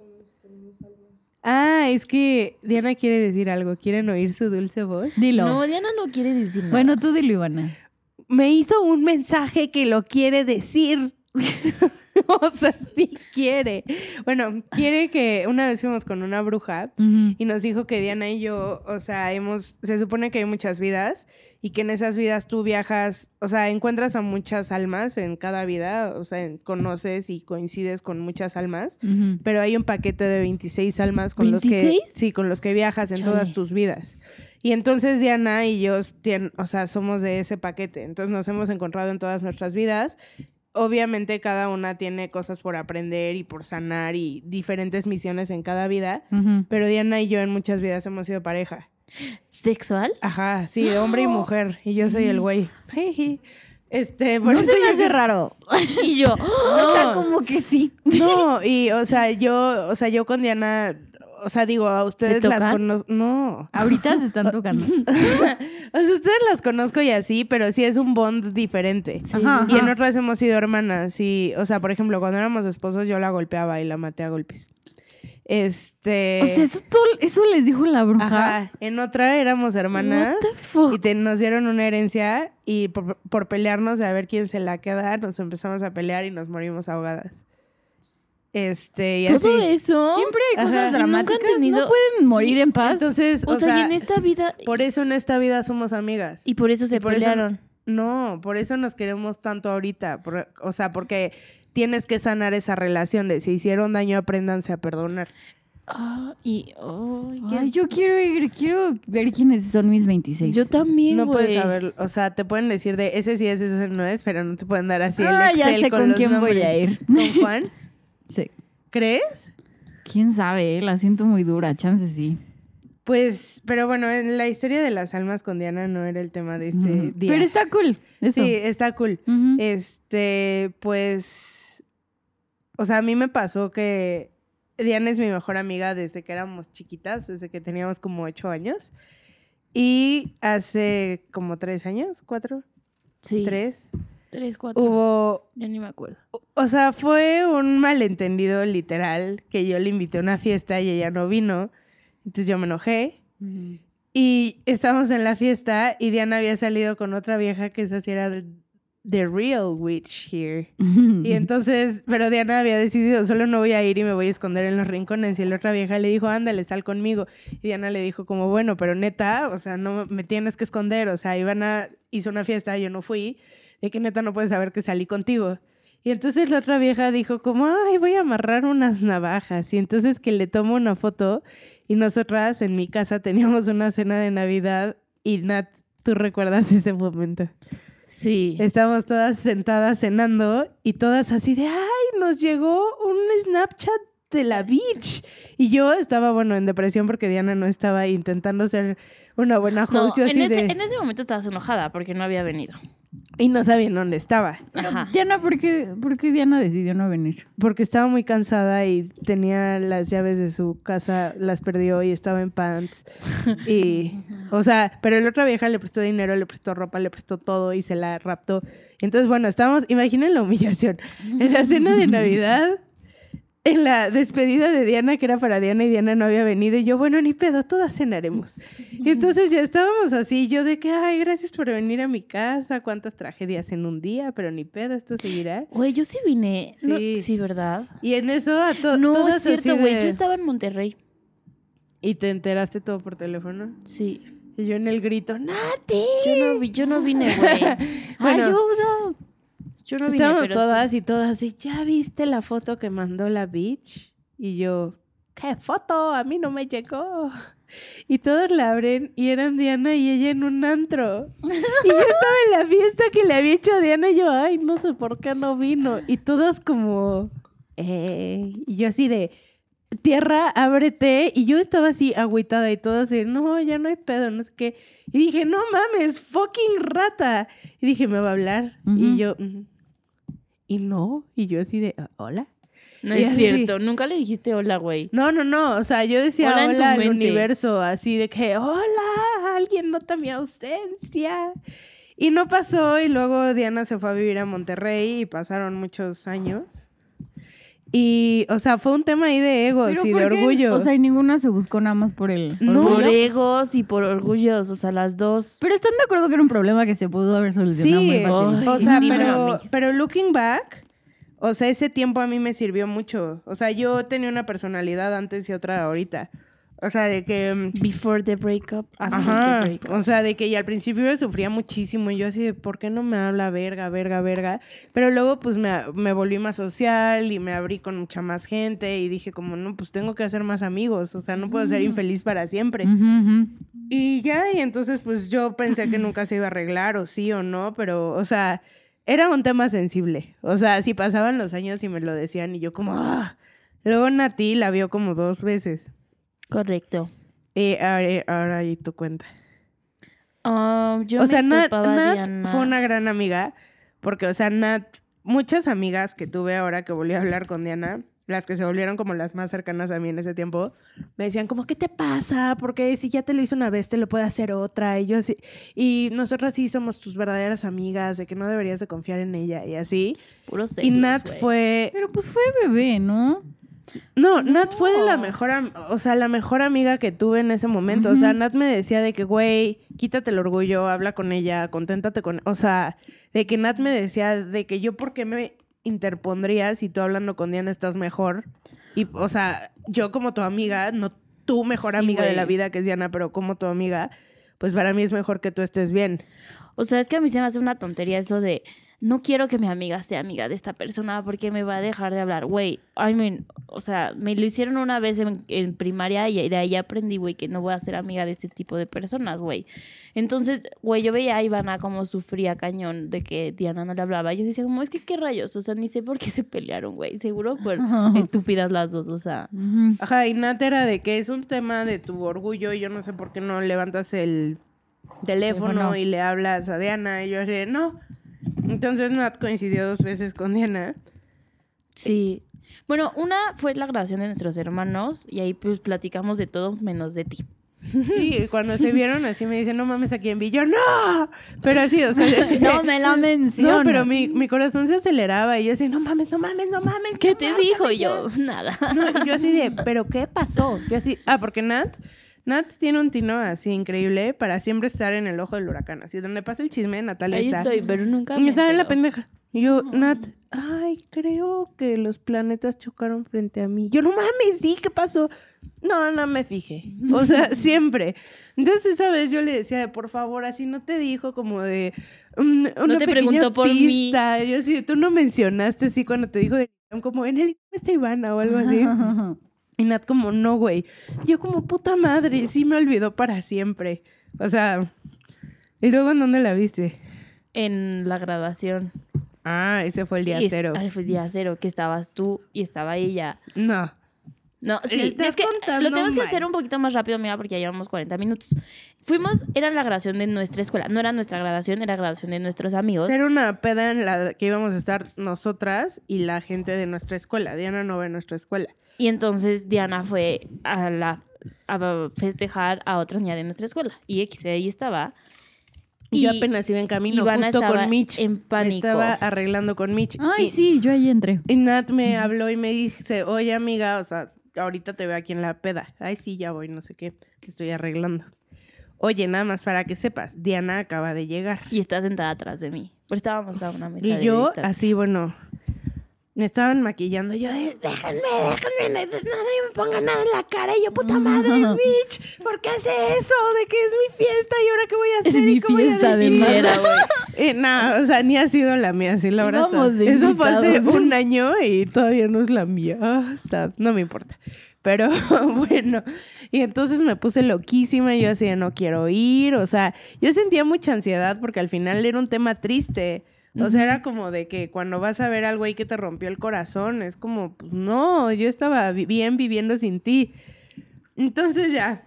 Speaker 3: Ah, es que Diana quiere decir algo. ¿Quieren oír su dulce voz?
Speaker 2: Dilo.
Speaker 4: No, Diana no quiere decir nada.
Speaker 2: bueno, tú dilo, Ivana.
Speaker 3: Me hizo un mensaje que lo quiere decir. o sea, sí quiere. Bueno, quiere que una vez fuimos con una bruja
Speaker 2: Ujú.
Speaker 3: y nos dijo que Diana y yo, o sea, hemos, se supone que hay muchas vidas y que en esas vidas tú viajas, o sea, encuentras a muchas almas en cada vida, o sea, en- conoces y coincides con muchas almas,
Speaker 2: Ujú.
Speaker 3: pero hay un paquete de 26 almas con los
Speaker 4: ¿26?
Speaker 3: que sí, con los que viajas en todas
Speaker 4: Chale.
Speaker 3: tus vidas. Y entonces Diana y yo, tien- o sea, somos de ese paquete, entonces nos hemos encontrado en todas nuestras vidas. Obviamente cada una tiene cosas por aprender y por sanar y diferentes misiones en cada vida.
Speaker 2: Ujú.
Speaker 3: Pero Diana y yo en muchas vidas hemos sido pareja.
Speaker 4: ¿Sexual?
Speaker 3: Ajá, sí, hombre y mujer. Y yo soy el güey. Este, por
Speaker 2: No
Speaker 3: eso
Speaker 2: se me
Speaker 3: yo-
Speaker 2: hace raro.
Speaker 4: Y yo,
Speaker 2: O sea,
Speaker 4: no.
Speaker 2: como que sí.
Speaker 3: No, y o sea, yo, o sea, yo con Diana, o sea, digo, a ustedes las
Speaker 4: tocan?
Speaker 3: conozco. No.
Speaker 2: Ahorita se están tocando.
Speaker 3: O sea, ustedes las conozco y así, pero sí es un bond diferente.
Speaker 2: Ajá,
Speaker 3: Y en
Speaker 2: ajá.
Speaker 3: otras hemos sido hermanas. Y, o sea, por ejemplo, cuando éramos esposos, yo la golpeaba y la maté a golpes. Este.
Speaker 2: O sea, eso, todo- eso les dijo la bruja.
Speaker 3: Ajá, en otra éramos hermanas.
Speaker 2: What the fuck?
Speaker 3: y te- nos dieron una herencia y por, por pelearnos de a ver quién se la queda, nos empezamos a pelear y nos morimos ahogadas. Este, y
Speaker 4: Todo
Speaker 3: así.
Speaker 4: eso.
Speaker 2: Siempre hay cosas
Speaker 3: Ajá. Y nunca han
Speaker 2: dramáticas.
Speaker 4: tenido-
Speaker 2: No pueden morir en paz.
Speaker 3: Entonces,
Speaker 4: o, sea, y en esta vida.
Speaker 3: por eso en esta vida somos amigas.
Speaker 4: Y por eso se
Speaker 3: y por eso-
Speaker 4: pelearon.
Speaker 3: No, por eso nos queremos tanto ahorita. por- o sea, porque tienes que sanar esa relación de si hicieron daño, apréndanse a perdonar.
Speaker 4: Ah, y. ay, qué-
Speaker 2: Ay, yo quiero ir, quiero ver quiénes son mis 26.
Speaker 4: Yo también,
Speaker 3: no
Speaker 4: güey.
Speaker 3: puedes saber, o sea, te pueden decir de ese sí es, ese no es, pero no te pueden dar así el
Speaker 2: ah, ya
Speaker 3: Excel
Speaker 2: sé con,
Speaker 3: los
Speaker 2: quién voy
Speaker 3: nombres.
Speaker 2: a ir.
Speaker 3: ¿Con Juan?
Speaker 2: Sí.
Speaker 3: ¿Crees?
Speaker 2: ¿Quién sabe? eh? La siento muy dura, chance sí.
Speaker 3: Pues, pero bueno, en la historia de las almas con Diana no era el tema de este
Speaker 2: Ujú.
Speaker 3: día.
Speaker 2: Pero está cool. Eso.
Speaker 3: Sí, Eh, está cool.
Speaker 2: Ujú.
Speaker 3: Este, pues, o sea, a mí me pasó que Diana es mi mejor amiga desde que éramos chiquitas, desde que teníamos como ocho años. Y hace como tres años, cuatro,
Speaker 4: Sí.
Speaker 3: tres,
Speaker 4: Tres, cuatro.
Speaker 3: hubo
Speaker 4: Yo ni me acuerdo.
Speaker 3: o sea, fue un malentendido literal que yo le invité a una fiesta y ella no vino. Entonces yo me enojé. Y estábamos en la fiesta y Diana había salido con otra vieja que esa sí era the- the real witch here. Y entonces, pero Diana había decidido, solo no voy a ir y me voy a esconder en los rincones. Y la otra vieja le dijo, ándale, sal conmigo. Y Diana le dijo como, bueno, pero neta, o sea, no me tienes que esconder. O sea, Ivana hizo una fiesta, yo no fui. De que neta no puedes saber que salí contigo. Y entonces la otra vieja dijo como, ay, voy a amarrar unas navajas. Y entonces que le tomo una foto. Y nosotras en mi casa teníamos una cena de Navidad. Y Nat, tú recuerdas ese momento.
Speaker 4: Sí.
Speaker 3: Estábamos todas sentadas cenando y todas así de, ay, nos llegó un Snapchat de la beach. Y yo estaba, bueno, en depresión porque Diana no estaba intentando ser una buena
Speaker 4: No,
Speaker 3: host. yo
Speaker 4: en
Speaker 3: así
Speaker 4: ese,
Speaker 3: de-
Speaker 4: en ese momento estabas enojada porque no había venido.
Speaker 3: Y no sabían dónde estaba.
Speaker 4: Ajá.
Speaker 2: Diana, ¿por qué, por qué Diana decidió no venir?
Speaker 3: Porque estaba muy cansada y tenía las llaves de su casa, las perdió y estaba en pants. Y, o sea, pero la otra vieja le prestó dinero, le prestó ropa, le prestó todo y se la raptó. Entonces, bueno, estábamos, imaginen la humillación. En la cena de Navidad, en la despedida de Diana, que era para Diana y Diana no había venido, y yo, bueno, ni pedo, todas cenaremos. Y entonces ya estábamos así, yo de que, ay, gracias por venir a mi casa, cuántas tragedias en un día, pero ni pedo, esto seguirá.
Speaker 4: Güey, yo sí vine. No-
Speaker 3: Sí.
Speaker 4: Sí, ¿verdad?
Speaker 3: Y en eso a to-
Speaker 4: no,
Speaker 3: todas
Speaker 4: es cierto,
Speaker 3: así
Speaker 4: güey.
Speaker 3: de-
Speaker 4: Yo estaba en Monterrey.
Speaker 3: ¿Y te enteraste todo por teléfono?
Speaker 4: Sí.
Speaker 3: Y yo en el grito, ¡Nati!
Speaker 4: Yo no, vi, yo no vine, güey.
Speaker 3: Bueno,
Speaker 2: ¡Ayuda!
Speaker 4: Yo no vine,
Speaker 3: Estábamos
Speaker 4: pero
Speaker 3: todas y todas, y ya viste la foto que mandó la bitch. Y yo, ¿qué foto? A mí no me llegó. Y todos la abren y eran Diana y ella en un antro. Y yo estaba en la fiesta que le había hecho a Diana y yo, ay, no sé por qué no vino. Y todas como, eh, y yo así de, tierra, ábrete. Y yo estaba así agüitada y todas de, no, ya no hay pedo, no sé qué. Y dije, no mames, fucking rata. Y dije, me va a hablar.
Speaker 2: Ujú.
Speaker 3: Y yo, "Ujú". y no. Y yo así de, "Ah, hola.
Speaker 4: sí. No
Speaker 3: y
Speaker 4: es
Speaker 3: así.
Speaker 4: cierto. Nunca le dijiste hola, güey.
Speaker 3: No, no, no. O sea, yo decía
Speaker 4: Hola
Speaker 3: hola,
Speaker 4: en tu
Speaker 3: al
Speaker 4: mente.
Speaker 3: universo, así de que, hola, alguien nota mi ausencia. Y no pasó, y luego Diana se fue a vivir a Monterrey y pasaron muchos años. Y, o sea, fue un tema ahí de egos
Speaker 2: Pero
Speaker 3: y
Speaker 2: ¿por
Speaker 3: Oh, de
Speaker 2: qué?
Speaker 3: orgullo.
Speaker 2: O sea, y ninguna se buscó nada más por él.
Speaker 3: No.
Speaker 4: Por egos y por orgullos, o sea, las dos.
Speaker 2: Pero están de acuerdo que era un problema que se pudo haber
Speaker 4: Pues
Speaker 2: solucionado muy
Speaker 3: sí,
Speaker 2: fácil.
Speaker 3: o
Speaker 4: Ay,
Speaker 3: sea,
Speaker 4: dímelo a
Speaker 3: pero,
Speaker 4: mí.
Speaker 3: pero looking back, o sea, ese tiempo a mí me sirvió mucho. O sea, yo tenía una personalidad antes y otra ahorita. O sea, de que... mm,
Speaker 4: Before the breakup, after the
Speaker 3: Ajá,
Speaker 4: breakup.
Speaker 3: o sea, de que y al principio yo sufría muchísimo y yo así de, ¿por qué no me habla verga, verga, verga? Pero luego pues me, me volví más social y me abrí con mucha más gente y dije como, no, pues tengo que hacer más amigos, o sea, no puedo ser
Speaker 4: Ujú.
Speaker 3: infeliz para siempre.
Speaker 2: Mm. Ujú, ujú.
Speaker 3: Y ya, y entonces pues yo pensé que nunca se iba a arreglar o sí o no, pero, o sea, era un tema sensible. O sea, si pasaban los años y me lo decían y yo como, ¡ah! Luego Nati la vio como dos veces.
Speaker 4: Correcto.
Speaker 3: Y ahora, ahora ahí tu cuenta.
Speaker 4: Ah, yo
Speaker 3: o sea,
Speaker 4: me
Speaker 3: Nat,
Speaker 4: topaba a
Speaker 3: Nat
Speaker 4: Diana.
Speaker 3: fue una gran amiga, porque, o sea, Nat, muchas amigas que tuve ahora que volví a hablar con Diana, las que se volvieron como las más cercanas a mí en ese tiempo, me decían como, ¿qué te pasa? Porque si ya te lo hizo una vez, te lo puede hacer otra. Y yo así, y nosotras sí somos tus verdaderas amigas, de que no deberías de confiar en ella y así.
Speaker 4: Puros
Speaker 3: y
Speaker 4: celos,
Speaker 3: Nat
Speaker 4: güey.
Speaker 3: fue,
Speaker 2: Pero pues fue bebé, ¿no?
Speaker 3: no, Nat fue de la
Speaker 4: No.
Speaker 3: mejor, am- o sea, la mejor amiga que tuve en ese momento. O sea,
Speaker 2: Ujú.
Speaker 3: Nat me decía de que, güey, quítate el orgullo, habla con ella, conténtate con... O sea, de que Nat me decía de que yo por qué me interpondría si tú hablando con Diana estás mejor. Y, o sea, yo como tu amiga, no tu mejor
Speaker 4: Sí,
Speaker 3: amiga de la
Speaker 4: güey.
Speaker 3: vida que es Diana, pero como tu amiga, pues para mí es mejor que tú estés bien.
Speaker 4: O sea, es que a mí se me hace una tontería eso de no quiero que mi amiga sea amiga de esta persona porque me va a dejar de hablar. Güey, I mean, o sea, me lo hicieron una vez en, en primaria y de ahí aprendí, güey, que no voy a ser amiga de este tipo de personas, güey. Entonces, güey, yo veía a Ivana como sufría cañón de que Diana no le hablaba. Yo decía, como, es que qué rayos, o sea, ni sé por qué se pelearon, güey. Seguro por estúpidas las dos, o sea.
Speaker 2: Ujú.
Speaker 3: Ajá, y Nat era de que es un tema de tu orgullo y yo no sé por qué no levantas el teléfono
Speaker 2: Teléfono.
Speaker 3: y le hablas a Diana y yo así, de, no. Entonces Nat coincidió dos veces con Diana.
Speaker 4: Sí. Bueno, una fue la grabación de nuestros hermanos y ahí pues platicamos de todo menos de ti.
Speaker 3: Y cuando se vieron así me dicen, no mames, ¿a quién vi? Yo, ¡no! Pero así, o sea, de que-
Speaker 2: No me la menciona.
Speaker 3: No, pero mi, mi corazón se aceleraba y yo así, no mames, no mames, no mames.
Speaker 4: ¿Qué
Speaker 3: no
Speaker 4: te
Speaker 3: mames,
Speaker 4: dijo
Speaker 3: ya".
Speaker 4: yo? Nada.
Speaker 3: No, y yo así de, ¿pero qué pasó? Yo así, ah, porque Nat, Nat tiene un tino así increíble para siempre estar en el ojo del huracán. Así, donde pasa el chisme, Natalia
Speaker 4: Ahí
Speaker 3: está.
Speaker 4: estoy, pero nunca
Speaker 3: Y
Speaker 4: me
Speaker 3: estaba en la
Speaker 4: entero.
Speaker 3: pendeja. Y yo,
Speaker 4: Ay.
Speaker 3: Nat, ay, creo que los planetas chocaron frente a mí. Yo, no mames, sí, ¿qué pasó? No, no me fijé. O sea, siempre. Entonces, ¿sabes? Yo le decía, de, por favor, así no te dijo como de. un- una
Speaker 4: te
Speaker 3: pequeña
Speaker 4: preguntó por mí.
Speaker 3: pista. Yo así, tú no mencionaste así cuando te dijo de. Como en el está Ivana o algo así. Y Nat, como, no, güey. Yo, como, puta madre, sí me olvidó para siempre. O sea. ¿Y luego en dónde la viste?
Speaker 4: En la graduación.
Speaker 3: Ah, ese fue el día
Speaker 4: Y es-
Speaker 3: cero.
Speaker 4: Ay, fue el día cero, que estabas tú y estaba ella.
Speaker 3: No.
Speaker 4: No, sí,
Speaker 3: Estás
Speaker 4: es que eh,
Speaker 3: contando
Speaker 4: lo tenemos que
Speaker 3: mal.
Speaker 4: hacer un poquito más rápido, mira, porque ya llevamos 40 minutos. Fuimos, era la graduación de nuestra escuela. No era nuestra graduación, era graduación de nuestros amigos.
Speaker 3: Era una peda en la que íbamos a estar nosotras y la gente de nuestra escuela. Diana no va a nuestra escuela.
Speaker 4: Y entonces Diana fue a la a festejar a otra niña de nuestra escuela. Y X ahí estaba.
Speaker 3: Y yo apenas iba en camino
Speaker 4: Ivana
Speaker 3: justo
Speaker 4: estaba
Speaker 3: con Mitch.
Speaker 4: en pánico.
Speaker 3: Me estaba arreglando con Mitch.
Speaker 2: Ay,
Speaker 3: y,
Speaker 2: sí, yo ahí entré.
Speaker 3: Y Nat me habló y me dice, oye amiga, o sea, ahorita te veo aquí en la peda. Ay, sí, ya voy, no sé qué, que estoy arreglando. Oye, nada más para que sepas, Diana acaba de llegar.
Speaker 4: Y está sentada atrás de mí. Pero estábamos a una mesa.
Speaker 3: Y
Speaker 4: de
Speaker 3: yo,
Speaker 4: distancia.
Speaker 3: así, bueno, me estaban maquillando. Yo, de, déjenme, déjenme, no, no me pongan nada en la cara. Y yo, puta madre, bitch, ¿por qué hace eso? De que es mi fiesta y ahora qué voy a hacer.
Speaker 2: Es mi
Speaker 3: ¿Y cómo voy a
Speaker 2: fiesta,
Speaker 3: decir?
Speaker 2: además.
Speaker 4: Era, güey.
Speaker 3: Eh, no, o sea, ni ha sido la mía, sí, la verdad.
Speaker 2: Íbamos de
Speaker 3: Eso fue hace
Speaker 2: invitados.
Speaker 3: un año y todavía no es la mía. Ah, está- no me importa. Pero bueno, y entonces me puse loquísima, yo así de no quiero ir, o sea, yo sentía mucha ansiedad porque al final era un tema triste. O sea, era como de que cuando vas a ver algo ahí que te rompió el corazón, es como, pues no, yo estaba vi- bien viviendo sin ti. Entonces ya,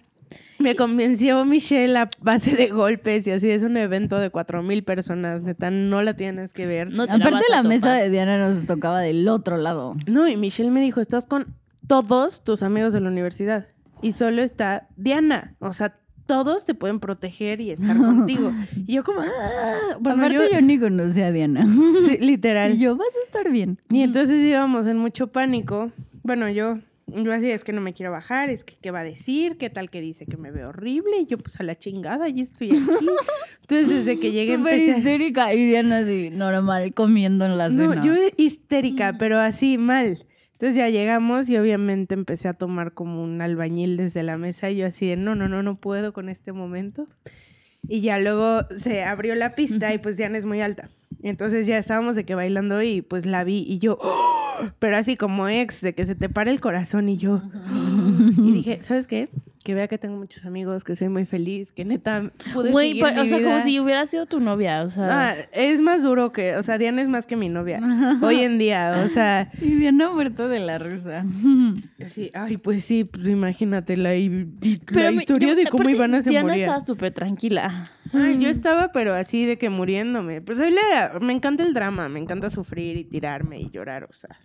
Speaker 3: me convenció Michelle a base de golpes y así es un evento de cuatro mil personas, neta, no la tienes que ver.
Speaker 4: No te la
Speaker 2: Aparte
Speaker 4: vas a
Speaker 2: la mesa
Speaker 4: topar.
Speaker 2: de Diana nos tocaba del otro lado.
Speaker 3: No, y Michelle me dijo, estás con todos tus amigos de la universidad y solo está Diana, o sea, todos te pueden proteger y estar contigo. Y yo como, "Ah". bueno,
Speaker 2: Aparte
Speaker 3: yo,
Speaker 2: yo... ni conocía a Diana.
Speaker 3: sí, literal.
Speaker 2: Y yo, vas a estar bien.
Speaker 3: Y entonces íbamos en mucho pánico. Bueno, yo, yo así, es que no me quiero bajar, es que qué va a decir, qué tal que dice que me veo horrible, y yo pues a la chingada, ya estoy aquí. Entonces desde que llegué
Speaker 2: Súper
Speaker 3: empecé... a-
Speaker 2: histérica. Y Diana así, normal, comiendo en la
Speaker 3: No,
Speaker 2: cena.
Speaker 3: yo histérica,
Speaker 4: Mm.
Speaker 3: pero así mal. Entonces ya llegamos y obviamente empecé a tomar como un albañil desde la mesa y yo así de, no, no, no, no puedo con este momento. Y ya luego se abrió la pista y pues Diana es muy alta. Entonces ya estábamos de que bailando y pues la vi y yo, ¡oh! pero así como ex, de que se te para el corazón y yo. Y dije, ¿sabes qué? Que vea que tengo muchos amigos, que soy muy feliz, que neta pude
Speaker 4: Güey,
Speaker 3: seguir
Speaker 4: pa-
Speaker 3: mi
Speaker 4: o sea, como
Speaker 3: vida".
Speaker 4: si hubiera sido tu novia, o sea.
Speaker 3: Ah, es más duro que, o sea, Diana es más que mi novia hoy en día, o sea,
Speaker 2: Y Diana muerta de la risa.
Speaker 3: sí, ay, pues sí, pues imagínate la, hi- di- la
Speaker 4: me-
Speaker 3: historia
Speaker 4: yo-
Speaker 3: de cómo
Speaker 4: aparte,
Speaker 3: Ivana se
Speaker 4: Diana
Speaker 3: moría.
Speaker 4: estaba súper tranquila.
Speaker 3: Ay, Ah, yo estaba, pero así de que muriéndome. Pues soy la- me encanta el drama, me encanta sufrir y tirarme y llorar, o sea,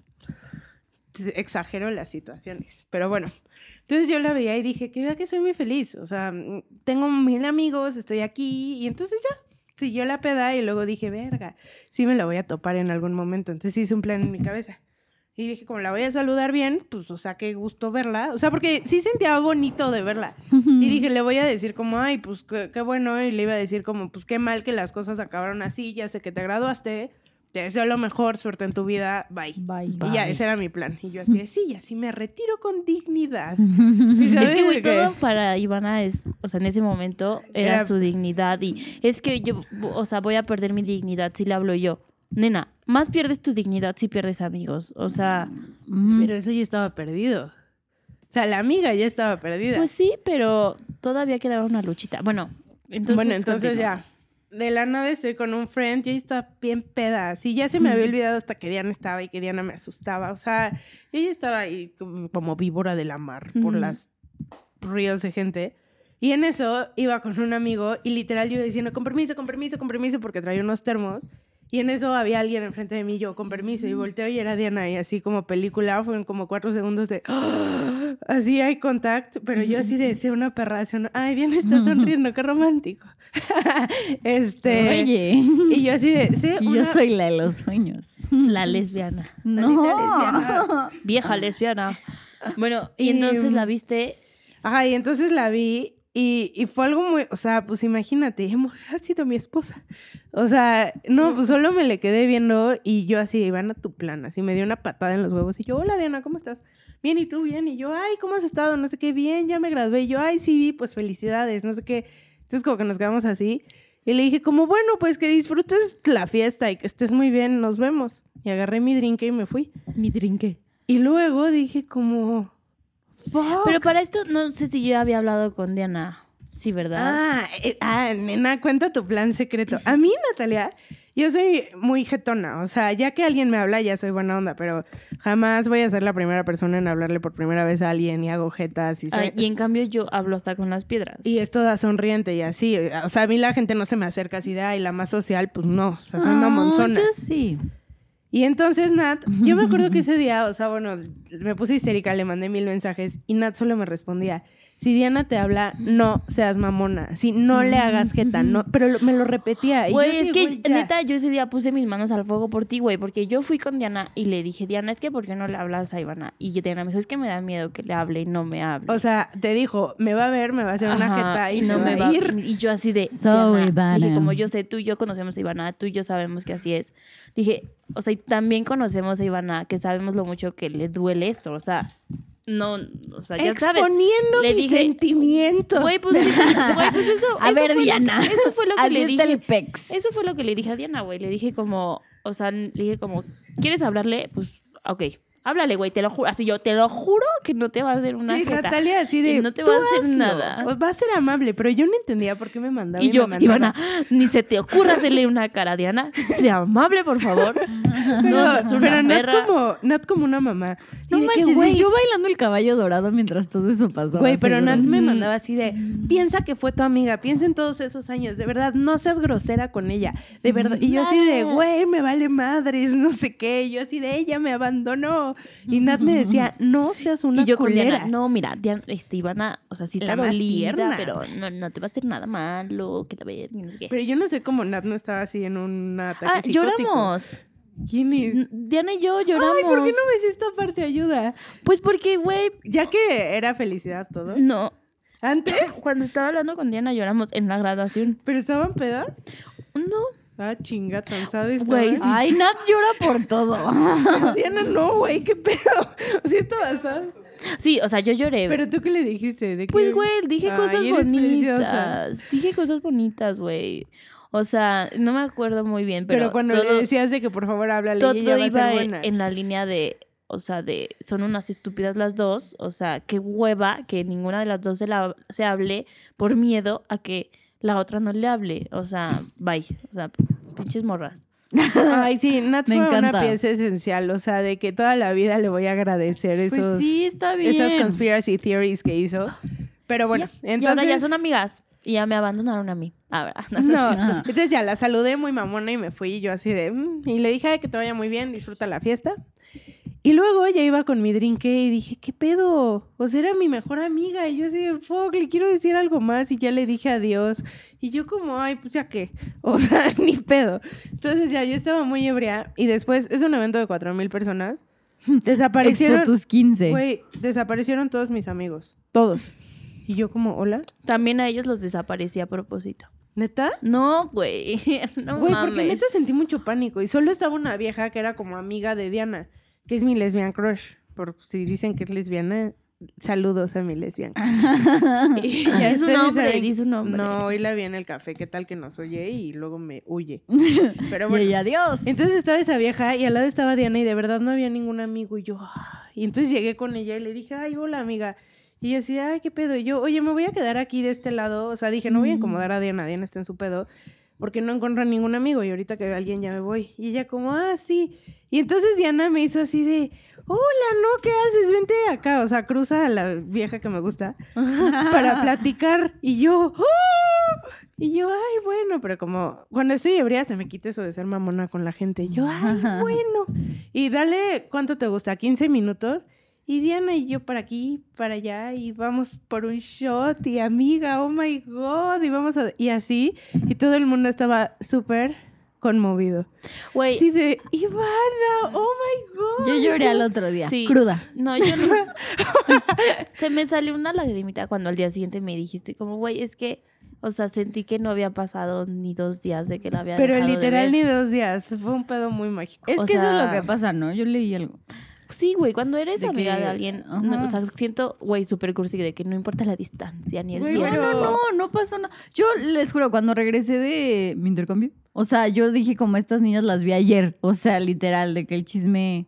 Speaker 3: exagero las situaciones, pero bueno. Entonces yo la veía y dije, que vea que soy muy feliz, o sea, mm, tengo mil amigos, estoy aquí, y entonces ya, siguió la peda y luego dije, verga, sí me la voy a topar en algún momento. Entonces hice un plan en mi cabeza. Y dije, como la voy a saludar bien, pues, o sea, qué gusto verla. O sea, porque sí sentía bonito de verla.
Speaker 4: Mm.
Speaker 3: Y dije, le voy a decir como, ay, pues qué, qué bueno. Y le iba a decir como, pues qué mal que las cosas acabaron así. Ya sé que te graduaste. Te deseo lo mejor, suerte en tu vida. Bye.
Speaker 4: Bye. Mm.
Speaker 3: Y ya, ese era mi plan. Y yo así, de, sí, y así me retiro con dignidad. Y
Speaker 4: Es que,
Speaker 3: ¿sabes
Speaker 4: güey,
Speaker 3: qué?
Speaker 4: todo para Ivana es, o sea, en ese momento era,
Speaker 3: Era-
Speaker 4: su dignidad y es que yo, o sea, voy a perder mi dignidad si le hablo yo. Nena, más pierdes tu dignidad si pierdes amigos, o sea, Mm.
Speaker 3: Pero eso ya estaba perdido. O sea, la amiga ya estaba perdida.
Speaker 4: pues sí, pero todavía quedaba una luchita. Bueno, entonces,
Speaker 3: bueno, entonces
Speaker 4: continúa.
Speaker 3: ya. De la nada estoy con un friend y está bien peda. Sí, ya se me había
Speaker 4: Ujú.
Speaker 3: olvidado hasta que Diana estaba y que Diana me asustaba. O sea, yo ya estaba ahí como como víbora de la mar por
Speaker 4: Ujú.
Speaker 3: las ríos de gente. Y en eso iba con un amigo y literal yo iba diciendo, con permiso, con permiso, con permiso, porque traía unos termos. Y en eso había alguien enfrente de mí, yo con permiso, y volteo y era Diana, y así como película, fueron como cuatro segundos de, "Ah", así hay contacto, pero yo así de, sé una perra, sé una- ay, Diana está sonriendo, qué romántico. este,
Speaker 2: Oye.
Speaker 3: y yo así de, sé
Speaker 2: Y
Speaker 3: una...
Speaker 2: yo soy la de los sueños.
Speaker 4: la lesbiana,
Speaker 2: No.
Speaker 3: lesbiana.
Speaker 4: vieja lesbiana. Bueno,
Speaker 3: Ah. Y,
Speaker 4: y entonces
Speaker 3: mm,
Speaker 4: la viste
Speaker 3: Ajá, y entonces la vi, y, y fue algo muy, o sea, pues imagínate, hemos- ha sido mi esposa. O sea, no, pues solo me le quedé viendo y yo así, Iván, a tu plan, así me dio una patada en los huevos y yo, hola Diana, ¿cómo estás? Bien, ¿y tú? Bien, y yo, ay, ¿cómo has estado? No sé qué, bien, ya me gradué, y yo, ay, sí, vi, pues felicidades, no sé qué. Entonces como que nos quedamos así y le dije como, bueno, pues que disfrutes la fiesta y que estés muy bien, nos vemos. Y agarré mi drink y me fui.
Speaker 4: mi trinque.
Speaker 3: Y luego dije como, fuck.
Speaker 4: Pero para esto no sé si yo había hablado con Diana, sí, ¿verdad?
Speaker 3: Ah, eh, ah, nena, cuenta tu plan secreto. A mí, Natalia, yo soy muy jetona. O sea, ya que alguien me habla, ya soy buena onda, pero jamás voy a ser la primera persona en hablarle por primera vez a alguien y hago jetas y
Speaker 4: Ah,
Speaker 3: soy-
Speaker 4: y en cambio yo hablo hasta con las piedras.
Speaker 3: y es toda sonriente y así. O sea, a mí la gente no se me acerca así de, ay, la más social, pues no. O sea, soy una
Speaker 2: Ah,
Speaker 3: monzona.
Speaker 2: Yo sí.
Speaker 3: Y entonces Nat, yo me acuerdo que ese día, o sea, bueno, me puse histérica, le mandé mil mensajes y Nat solo me respondía, si Diana te habla, no seas mamona, si no le hagas jeta, no, pero lo- me lo repetía. ah, y yo
Speaker 4: Güey,
Speaker 3: así,
Speaker 4: es que
Speaker 3: ya.
Speaker 4: neta, yo ese día puse mis manos al fuego por ti, güey, porque yo fui con Diana y le dije, Diana, es que ¿por qué no le hablas a Ivana? Y Diana me dijo, es que me da miedo que le hable y no me hable.
Speaker 3: O sea, te dijo, me va a ver, me va a hacer una
Speaker 4: Ajá,
Speaker 3: jeta y,
Speaker 4: no me va
Speaker 3: a ir.
Speaker 4: Y yo así de,
Speaker 2: So,
Speaker 4: Diana,
Speaker 2: Ivana.
Speaker 4: dije, como yo sé, tú y yo conocemos a Ivana, tú y yo sabemos que así es. Dije, o sea, y también conocemos a Ivana, que sabemos lo mucho que le duele esto, o sea, no, o sea, ya sabes.
Speaker 3: Exponiendo
Speaker 4: le
Speaker 3: mis
Speaker 4: dije,
Speaker 3: sentimientos.
Speaker 4: Güey, pues, sí, güey, pues eso,
Speaker 2: A
Speaker 4: eso
Speaker 2: ver,
Speaker 4: fue lo
Speaker 2: Diana.
Speaker 4: que- eso fue lo que
Speaker 2: Así
Speaker 4: le
Speaker 2: está
Speaker 4: dije.
Speaker 2: el pex.
Speaker 4: Eso fue lo que le dije a Diana, güey. Le dije como, o sea, le dije como, ¿quieres hablarle? Pues, ok, háblale, güey, te lo juro. Así yo, te lo juro que no te va a hacer una
Speaker 3: Sí,
Speaker 4: jeta.
Speaker 3: Natalia así de,
Speaker 4: que no te va
Speaker 3: "Tú
Speaker 4: a hacer
Speaker 3: hazlo".
Speaker 4: nada.
Speaker 3: O- Va a ser amable, pero yo no entendía por qué me mandaba.
Speaker 4: Y yo,
Speaker 3: me mandaba.
Speaker 4: Ivana, ni se te ocurra hacerle una cara a Diana. Sea amable, por favor.
Speaker 3: Pero,
Speaker 4: no seas una
Speaker 3: pero
Speaker 4: perra.
Speaker 3: Nat, como, Nat como una mamá. Y
Speaker 2: No
Speaker 3: de que,
Speaker 2: manches,
Speaker 3: güey,
Speaker 2: y yo bailando el caballo dorado mientras todo eso pasaba.
Speaker 3: Güey, pero
Speaker 2: seguro. Mm.
Speaker 3: Nat me
Speaker 4: Ujú.
Speaker 3: mandaba así de, piensa que fue tu amiga, piensa en todos esos años, de verdad, no seas grosera con ella, de verdad. Y yo así de,
Speaker 4: Nat.
Speaker 3: güey, me vale madres, no sé qué, y yo así de, ella me abandonó. Y Nat me decía, no seas una
Speaker 4: Y yo con
Speaker 3: culera.
Speaker 4: Diana, no, mira, Diana, este, Ivana, o sea, sí
Speaker 3: La
Speaker 4: está
Speaker 3: más
Speaker 4: dolida,
Speaker 3: tierna.
Speaker 4: pero no, no te va a hacer nada malo, que te vea, ni no sé qué.
Speaker 3: Pero yo no sé cómo Nat no estaba así en un ataque
Speaker 4: Ah,
Speaker 3: psicótico.
Speaker 4: lloramos.
Speaker 3: ¿Quién es?
Speaker 4: N- Diana y yo lloramos.
Speaker 3: Ay, ¿por qué no me hiciste esta parte ayuda?
Speaker 4: Pues porque, güey,
Speaker 3: Ya que era felicidad todo.
Speaker 4: no, Eh,
Speaker 3: Antes,
Speaker 4: Cuando estaba hablando con Diana lloramos en la graduación.
Speaker 3: pero estaban pedas.
Speaker 4: No.
Speaker 3: Ah, chinga, cansada
Speaker 4: Güey,
Speaker 3: estaba.
Speaker 2: Ay, Nat llora por todo.
Speaker 3: Diana, no, güey, qué pedo. Sí estabas asada.
Speaker 4: Sí, o sea, yo lloré.
Speaker 3: Pero tú qué le dijiste? ¿De
Speaker 4: pues,
Speaker 3: qué?
Speaker 4: güey, dije
Speaker 3: Ay,
Speaker 4: cosas
Speaker 3: eres preciosa.
Speaker 4: bonitas. Dije cosas bonitas, güey. O sea, no me acuerdo muy bien,
Speaker 3: Pero,
Speaker 4: pero,
Speaker 3: cuando
Speaker 4: todo,
Speaker 3: le decías de que por favor háblale,
Speaker 4: todo
Speaker 3: ella va a
Speaker 4: iba
Speaker 3: ser
Speaker 4: en,
Speaker 3: buena.
Speaker 4: en la línea de, o sea, de son unas estúpidas las dos. O sea, qué hueva que ninguna de las dos se, la, se hable por miedo a que la otra no le hable. O sea, bye. O sea, pinches morras.
Speaker 3: Ay, sí, Nat
Speaker 2: Me
Speaker 3: fue una
Speaker 2: encanta.
Speaker 3: pieza esencial, o sea, de que toda la vida le voy a agradecer esos,
Speaker 4: Pues sí, está bien.
Speaker 3: esas conspiracy theories que hizo. Pero bueno,
Speaker 4: Ya,
Speaker 3: entonces...
Speaker 4: Y ahora ya son amigas. Y ya me abandonaron a mí. Ahora, no,
Speaker 3: No,
Speaker 4: es cierto.
Speaker 2: cierto.
Speaker 3: entonces ya la saludé muy mamona y me fui y yo así de... mm, y le dije "Ay, que te vaya muy bien, disfruta la fiesta. Y luego ella iba con mi drink y dije, ¿qué pedo? O sea, era mi mejor amiga. Y yo así de, fuck, le quiero decir algo más. Y ya le dije adiós. Y yo como, ay, pues ya qué. O sea, ni pedo. Entonces ya yo estaba muy ebria. Y después, es un evento de 4.000 personas.
Speaker 2: Expo
Speaker 3: Desaparecieron,
Speaker 2: tus 15.
Speaker 3: güey, desaparecieron todos mis amigos. Todos. Y yo como, hola,
Speaker 4: También a ellos los desaparecí a propósito.
Speaker 3: ¿neta?
Speaker 4: No, güey. No
Speaker 3: Güey, porque
Speaker 4: mames.
Speaker 3: neta sentí mucho pánico. Y solo estaba una vieja que era como amiga de Diana, que es mi lesbian crush. Por si dicen que es lesbiana, saludos a mi lesbian. crush. Y ya
Speaker 4: Di su
Speaker 3: ustedes
Speaker 4: nombre,
Speaker 3: saben-
Speaker 4: di su nombre.
Speaker 3: No, hoy la vi en el café, qué tal que nos oye y luego me huye. Pero
Speaker 2: Y
Speaker 3: bueno.
Speaker 2: ella, adiós.
Speaker 3: Entonces estaba esa vieja y al lado estaba Diana y de verdad no había ningún amigo y yo, "Ah". y entonces llegué con ella y le dije, ay, hola amiga. Y ella así, ay, qué pedo. Y yo, oye, me voy a quedar aquí de este lado. O sea, dije, no voy a
Speaker 4: Mm.
Speaker 3: incomodar a Diana, Diana está en su pedo, porque no encuentro a ningún amigo y ahorita que alguien ya me voy. Y ella como, ah, sí. Y entonces Diana me hizo así de, hola, no, ¿qué haces? Vente acá. O sea, cruza a la vieja que me gusta
Speaker 4: Ah.
Speaker 3: para platicar. Y yo, ¡oh! Y yo, ay, bueno, pero como cuando estoy ebria se me quita eso de ser mamona con la gente. Yo, ay, bueno. Y dale, ¿cuánto te gusta? ¿15 minutos? Y Diana y yo para aquí, para allá, y vamos por un shot, y amiga, oh my god, y vamos a... Y así, y todo el mundo estaba súper conmovido.
Speaker 4: Güey,
Speaker 3: Así de, Ivana, oh my god.
Speaker 2: Yo lloré al otro día.
Speaker 4: Sí.
Speaker 2: Cruda.
Speaker 4: no, yo no. Se me salió una lagrimita cuando al día siguiente me dijiste como, güey, es que, o sea, sentí que no había pasado ni dos días de que la había
Speaker 3: Pero
Speaker 4: dejado de
Speaker 3: literal
Speaker 4: ver.
Speaker 3: ni dos días, fue un pedo muy mágico.
Speaker 2: Es
Speaker 4: O
Speaker 2: que eso es lo
Speaker 4: sea-
Speaker 2: que pasa, ¿no? Yo leí algo.
Speaker 4: Sí, güey, cuando eres
Speaker 2: De
Speaker 4: amiga
Speaker 2: que-
Speaker 4: de alguien, no,
Speaker 2: ajá.
Speaker 4: o sea, siento, güey, súper cursi de que no importa la distancia ni el
Speaker 3: Güey,
Speaker 4: tiempo.
Speaker 3: pero-
Speaker 2: No, no, no pasó nada. Yo les juro, cuando regresé de mi intercambio, o sea, yo dije como estas niñas las vi ayer. O sea, literal, de que el chisme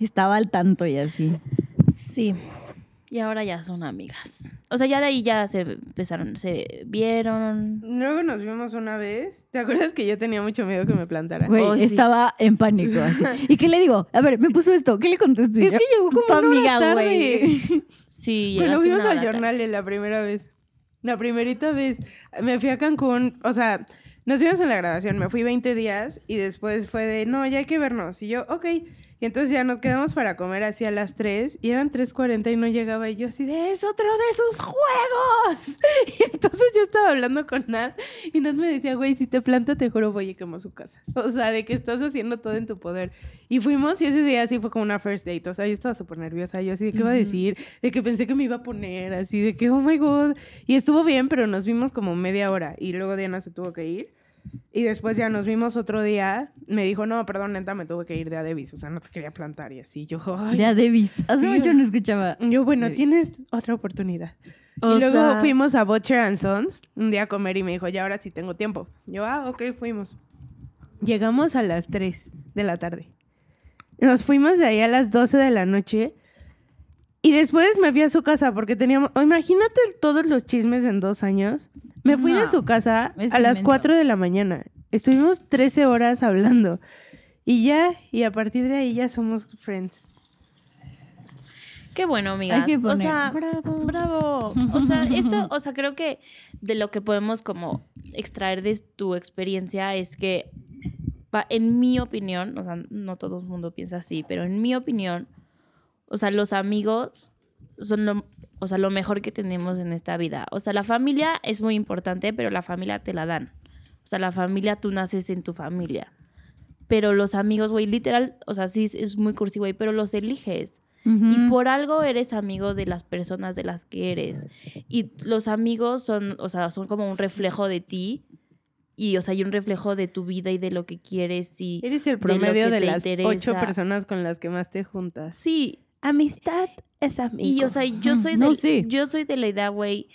Speaker 2: estaba al tanto y así.
Speaker 4: Sí. Y ahora ya son amigas. O sea, ya de ahí ya se empezaron, se vieron.
Speaker 3: Luego nos vimos una vez. ¿Te acuerdas que yo tenía mucho miedo que me plantara?
Speaker 2: Güey,
Speaker 4: Oh, sí.
Speaker 2: estaba en pánico así. ¿Y qué le digo? A ver, me puso esto. ¿Qué le contesto? Y
Speaker 3: Es
Speaker 2: yo,
Speaker 3: que llegó como
Speaker 2: tu
Speaker 3: una
Speaker 2: amiga,
Speaker 3: hora
Speaker 2: güey.
Speaker 3: tarde.
Speaker 4: Sí,
Speaker 3: Cuando
Speaker 4: llegaste
Speaker 3: fuimos
Speaker 4: una
Speaker 3: al
Speaker 4: hora tarde.
Speaker 3: jornal la primera vez. La primerita vez. Me fui a Cancún. O sea, nos vimos en la grabación. Me fui 20 días y después fue de, no, ya hay que vernos. Y yo, ok. Y entonces ya nos quedamos para comer así a las 3 y eran 3.40 y no llegaba y yo así de, es otro de sus juegos. Y entonces yo estaba hablando con Nat y Nat me decía, güey, si te planta te juro voy y quemo su casa. O sea, de que estás haciendo todo en tu poder. Y fuimos y ese día sí fue como una first date. O sea, yo estaba súper nerviosa. Yo así de, ¿qué va a
Speaker 2: Ujú.
Speaker 3: decir? De que pensé que me iba a poner, así de que, oh my god. Y estuvo bien, pero nos vimos como media hora y luego Diana se tuvo que ir. Y después ya nos vimos otro día. Me dijo, no, perdón, neta, me tuve que ir de Adebis. O sea, no te quería plantar y así. Yo, ay.
Speaker 2: De Adebis. Hace mucho no escuchaba.
Speaker 3: Yo, bueno,
Speaker 2: Adebis.
Speaker 3: tienes otra oportunidad.
Speaker 4: Mm, O
Speaker 3: y luego
Speaker 4: sea,
Speaker 3: fuimos a Butcher and Sons un día a comer y me dijo, ya ahora sí tengo tiempo. Yo, ah, ok, fuimos. Llegamos a las 3 de la tarde. Nos fuimos de ahí a las 12 de la noche. Y después me fui a su casa porque teníamos. oh, Imagínate todos los chismes en dos años. Me fui de
Speaker 2: No,
Speaker 3: su casa
Speaker 2: es
Speaker 3: a las
Speaker 2: inmenso.
Speaker 3: 4 de la mañana. Estuvimos 13 horas hablando. Y ya, y a partir de ahí ya somos friends.
Speaker 4: Qué bueno, amigas.
Speaker 2: Hay que poner.
Speaker 4: O sea,
Speaker 2: bravo.
Speaker 4: Bravo. O sea, esto, o sea, creo que de lo que podemos como extraer de tu experiencia es que, pa- en mi opinión, o sea, no todo el mundo piensa así, pero en mi opinión, o sea, los amigos son lo, o sea, lo mejor que tenemos en esta vida. O sea, la familia es muy importante, pero la familia te la dan. O sea, la familia, tú naces en tu familia. Pero los amigos, güey, literal, o sea, sí es- es muy cursi, güey, pero los eliges. Y
Speaker 2: Ujú.
Speaker 4: por algo eres amigo de las personas de las que eres. Y los amigos son, o sea, son como un reflejo de ti. Y, o sea, hay un reflejo de tu vida y de lo que quieres. Y
Speaker 3: Eres el
Speaker 4: de lo
Speaker 3: promedio
Speaker 4: que
Speaker 3: de,
Speaker 4: te
Speaker 3: las ocho
Speaker 4: interesa.
Speaker 3: personas con las que más te juntas.
Speaker 4: sí,
Speaker 3: Amistad es
Speaker 4: y, o sea, yo soy,
Speaker 2: No,
Speaker 4: del-
Speaker 2: sí.
Speaker 4: yo soy de la idea, güey,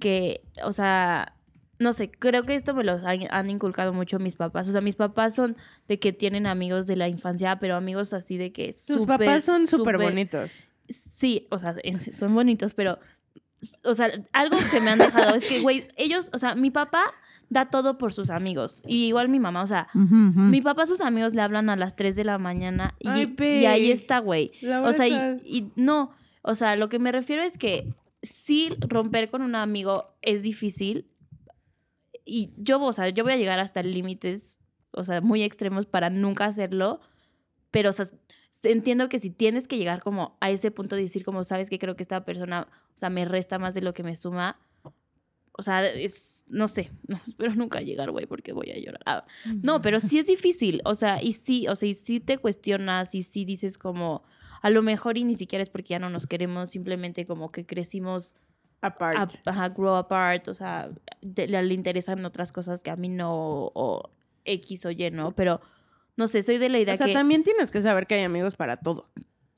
Speaker 4: que, o sea, no sé, creo que esto me lo han, han inculcado mucho mis papás. O sea, mis papás son de que tienen amigos de la infancia, pero amigos así de que...
Speaker 3: Tus
Speaker 4: súper,
Speaker 3: papás son súper
Speaker 4: súper-
Speaker 3: bonitos.
Speaker 4: Sí, o sea, son bonitos, pero, o sea, algo que me han dejado es que, güey, ellos, o sea, mi papá da todo por sus amigos. Y igual mi mamá, o sea,
Speaker 2: Ujú, ujú.
Speaker 4: mi papá, sus amigos le hablan a las 3 de la mañana y,
Speaker 3: Ay,
Speaker 4: y ahí
Speaker 3: ve.
Speaker 4: está, güey. O sea, y, y no, o sea, lo que me refiero es que sí romper con un amigo es difícil. Y yo, o sea, yo voy a llegar hasta límites, o sea, muy extremos para nunca hacerlo. Pero, o sea, entiendo que si tienes que llegar como a ese punto de decir, como sabes que creo que esta persona, o sea, me resta más de lo que me suma. O sea, es, no sé, no, espero nunca llegar, güey, porque voy a llorar. Ah, no, pero sí es difícil, o sea, y sí, o sea, y sí te cuestionas y sí dices como, a lo mejor y ni siquiera es porque ya no nos queremos, simplemente como que crecimos,
Speaker 3: Aparte.
Speaker 4: a, ajá, grow apart, o sea, te- le, le interesan otras cosas que a mí no, o X o Y, ¿no? Pero, no sé, soy de la idea
Speaker 3: O sea,
Speaker 4: que...
Speaker 3: también tienes que saber que hay amigos para todo.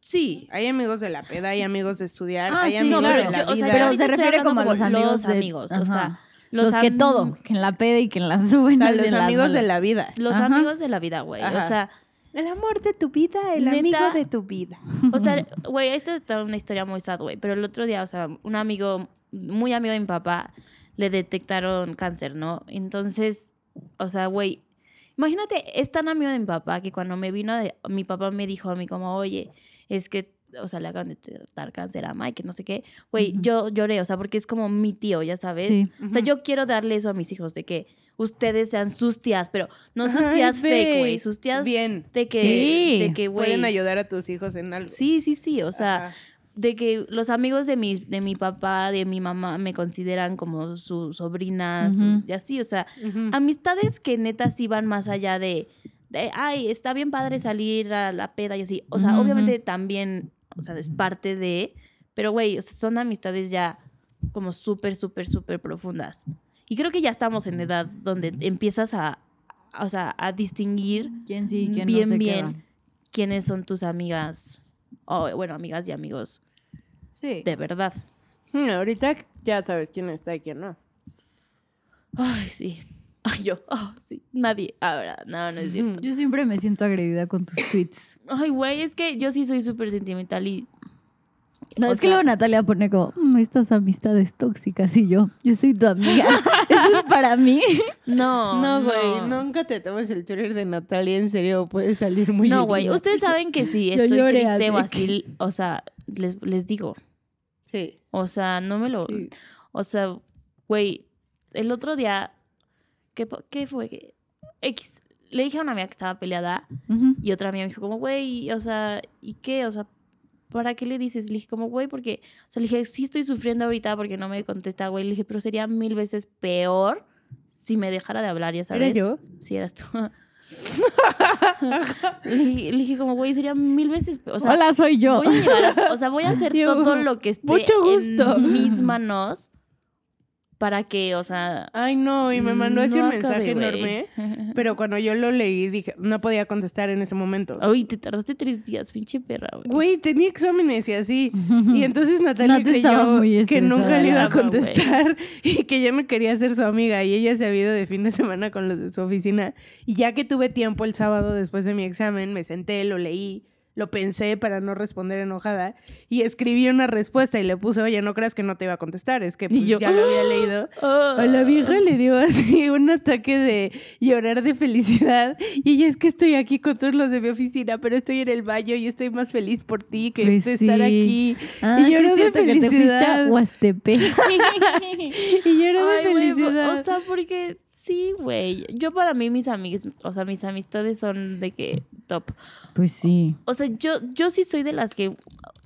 Speaker 4: Sí.
Speaker 3: Hay amigos de la peda, hay amigos de estudiar,
Speaker 4: Ah,
Speaker 3: hay
Speaker 4: sí,
Speaker 3: amigos
Speaker 4: no, pero
Speaker 3: de la
Speaker 4: yo- o sea,
Speaker 3: vida.
Speaker 2: pero
Speaker 4: ahorita
Speaker 2: se
Speaker 4: estoy
Speaker 2: refiere
Speaker 4: hablando
Speaker 2: como a los
Speaker 4: como los
Speaker 2: amigos. de-
Speaker 4: amigos, o
Speaker 2: ajá.
Speaker 4: sea,
Speaker 2: los, que
Speaker 4: am-
Speaker 2: todo, que en la peda y que en la suben.
Speaker 3: O sea, los amigos de la vida.
Speaker 4: Los
Speaker 2: Ajá.
Speaker 4: amigos de la vida, güey. O
Speaker 3: Ajá.
Speaker 4: sea,
Speaker 3: El amor de tu vida, el
Speaker 4: Neta.
Speaker 3: amigo de tu vida.
Speaker 4: O sea, güey, esta es toda una historia muy sad, güey. Pero el otro día, o sea, un amigo, muy amigo de mi papá, le detectaron cáncer, ¿no? Entonces, o sea, güey, imagínate, es tan amigo de mi papá que cuando me vino, de- mi papá me dijo a mí como, oye, es que, o sea, le acaban de detectar cáncer a Mike, no sé qué. Güey,
Speaker 2: Ujú.
Speaker 4: yo lloré, o sea, porque es como mi tío, ya sabes.
Speaker 2: Sí.
Speaker 4: O sea,
Speaker 3: Ujú.
Speaker 4: yo quiero darle eso a mis hijos, de que ustedes sean sus tías, pero no sus
Speaker 3: Ay,
Speaker 4: tías fake,
Speaker 3: ve.
Speaker 4: güey, sus tías
Speaker 3: Bien.
Speaker 4: de que,
Speaker 2: Sí.
Speaker 4: de que, güey.
Speaker 3: Pueden ayudar a tus hijos en algo.
Speaker 4: Sí, sí, sí, o sea,
Speaker 3: Ajá.
Speaker 4: de que los amigos de mi, de mi papá, de mi mamá, me consideran como su sobrina, su-
Speaker 2: Ujú.
Speaker 4: y así, o sea,
Speaker 3: Ujú.
Speaker 4: amistades que neta sí van más allá de, de, ay, está bien padre salir a la peda y así, o sea,
Speaker 2: Ujú,
Speaker 4: obviamente
Speaker 2: ujú.
Speaker 4: también, o sea, es parte de, pero güey, o sea, son amistades ya como súper, súper, súper profundas. Y creo que ya estamos en edad donde empiezas a, a- o sea, a distinguir
Speaker 2: ¿Quién sí, quién
Speaker 4: bien,
Speaker 2: no se
Speaker 4: bien.
Speaker 2: queda?
Speaker 4: quiénes son tus amigas, o bueno, amigas y amigos
Speaker 2: Sí.
Speaker 4: de verdad.
Speaker 3: Mm, Ahorita ya sabes quién está y quién no.
Speaker 4: Ay, sí. Ay, yo. Oh, sí. Nadie. Ahora, no, no es cierto.
Speaker 3: Ujú.
Speaker 2: Yo siempre me siento agredida con tus tweets.
Speaker 4: Ay, güey, es que yo sí soy súper sentimental y.
Speaker 2: No,
Speaker 4: o
Speaker 2: es que
Speaker 4: sea,
Speaker 2: luego Natalia pone como, "Mm, estas amistades tóxicas y yo, yo soy tu amiga. Eso es para mí.
Speaker 4: No,
Speaker 3: No, güey, nunca te tomes el Twitter de Natalia, en serio, puede salir muy
Speaker 4: No, güey.
Speaker 3: herido.
Speaker 4: Ustedes saben que si
Speaker 2: Yo
Speaker 4: estoy
Speaker 2: lloré,
Speaker 4: triste o
Speaker 2: así
Speaker 4: así, o sea, les, les digo.
Speaker 3: Sí.
Speaker 4: O sea, no me lo.
Speaker 3: Sí.
Speaker 4: O sea, güey, el otro día. ¿Qué, po- qué fue? ¿Qué? X. le dije a una amiga que estaba peleada
Speaker 2: Ujú.
Speaker 4: y otra amiga me dijo como, güey, o sea, ¿y qué? O sea, ¿para qué le dices? Le dije como, güey, porque, o sea, le dije, sí estoy sufriendo ahorita porque no me contesta, güey. Le dije, pero sería mil veces peor si me dejara de hablar, ya sabes.
Speaker 3: ¿Era yo?
Speaker 4: Sí, eras tú. le, dije, le dije como, güey, sería mil veces peor. O sea,
Speaker 2: Hola, soy yo.
Speaker 4: voy a llegar a- o sea, voy a hacer
Speaker 3: Yo,
Speaker 4: todo lo que esté
Speaker 3: mucho gusto.
Speaker 4: en mis manos para que, o sea...
Speaker 3: Ay, no, y me mandó así
Speaker 4: no
Speaker 3: un mensaje
Speaker 4: acabe, güey.
Speaker 3: enorme. Pero cuando yo lo leí, dije, no podía contestar en ese momento.
Speaker 4: Ay, te tardaste tres días, pinche perra, güey.
Speaker 3: Güey, tenía exámenes y así. Y entonces Natalia
Speaker 2: Nati estaba muy
Speaker 3: creyó que
Speaker 2: estresada,
Speaker 3: nunca le iba a
Speaker 4: la mamá, güey.
Speaker 3: contestar y que yo me quería hacer su amiga y ella se había ido de fin de semana con los de su oficina. Y ya que tuve tiempo el sábado después de mi examen, me senté, lo leí, lo pensé para no responder enojada y escribí una respuesta y le puse, oye, no creas que no te iba a contestar, es que
Speaker 4: Y
Speaker 3: pues,
Speaker 4: yo, ¡ah!
Speaker 3: ya lo había leído. A la vieja le dio así un ataque de llorar de felicidad. Y ella es que estoy aquí con todos los de mi oficina, pero estoy en el baño y estoy más feliz por ti que
Speaker 2: Pues
Speaker 3: de estar
Speaker 2: sí.
Speaker 3: aquí.
Speaker 2: Ah,
Speaker 3: y
Speaker 2: sí
Speaker 3: lloró de
Speaker 2: es cierto que te fuiste a
Speaker 3: felicidad.
Speaker 2: Huastepec.
Speaker 3: Y lloro de
Speaker 4: Ay, Ah. güey,
Speaker 3: felicidad.
Speaker 4: o sea, porque sí, güey. Yo para mí mis amigas, o sea, mis amistades son de que top.
Speaker 2: Pues sí.
Speaker 4: O sea, yo, yo sí soy de las que...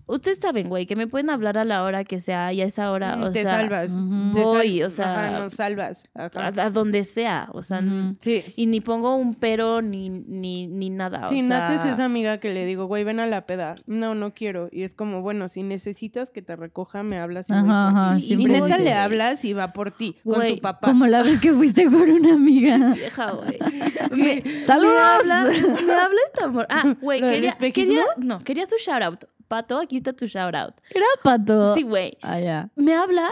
Speaker 4: Ustedes saben, güey, que me pueden hablar a la hora que sea y a esa hora, o
Speaker 3: Mm, te
Speaker 4: sea, mm,
Speaker 3: salvas.
Speaker 2: ujú.
Speaker 3: te sal-
Speaker 4: voy, o sea,
Speaker 3: Ajá, nos salvas.
Speaker 4: a,
Speaker 3: Ajá.
Speaker 4: a donde sea, o sea,
Speaker 2: Ujú.
Speaker 3: Sí.
Speaker 4: y ni pongo un pero ni, ni, ni nada,
Speaker 3: Sí,
Speaker 4: o
Speaker 3: Nat
Speaker 4: sea...
Speaker 3: es esa amiga que le digo, güey, ven a la peda. No, no quiero. Y es como, bueno, si necesitas que te recoja, me hablas. Y, voy
Speaker 2: Ajá,
Speaker 3: por ti.
Speaker 2: ajá.
Speaker 4: Sí, y
Speaker 3: y
Speaker 2: siempre
Speaker 4: voy,
Speaker 3: neta
Speaker 2: voy.
Speaker 3: le
Speaker 4: güey.
Speaker 3: hablas y va por ti, con
Speaker 4: Güey,
Speaker 3: su papá.
Speaker 2: Como la vez que fuiste con una amiga.
Speaker 4: Vieja, güey.
Speaker 3: Me-
Speaker 4: Me
Speaker 2: ¡Saludos!
Speaker 4: hablas, me hablas tan mor- Ah, güey,
Speaker 3: ¿Lo del
Speaker 4: quería,
Speaker 3: espejismo?
Speaker 4: quería, no, quería su shout out. Pato, aquí está tu shout out.
Speaker 2: Era
Speaker 3: Oh.
Speaker 2: pato.
Speaker 4: Sí, güey.
Speaker 2: Ah, ya.
Speaker 4: Me habla,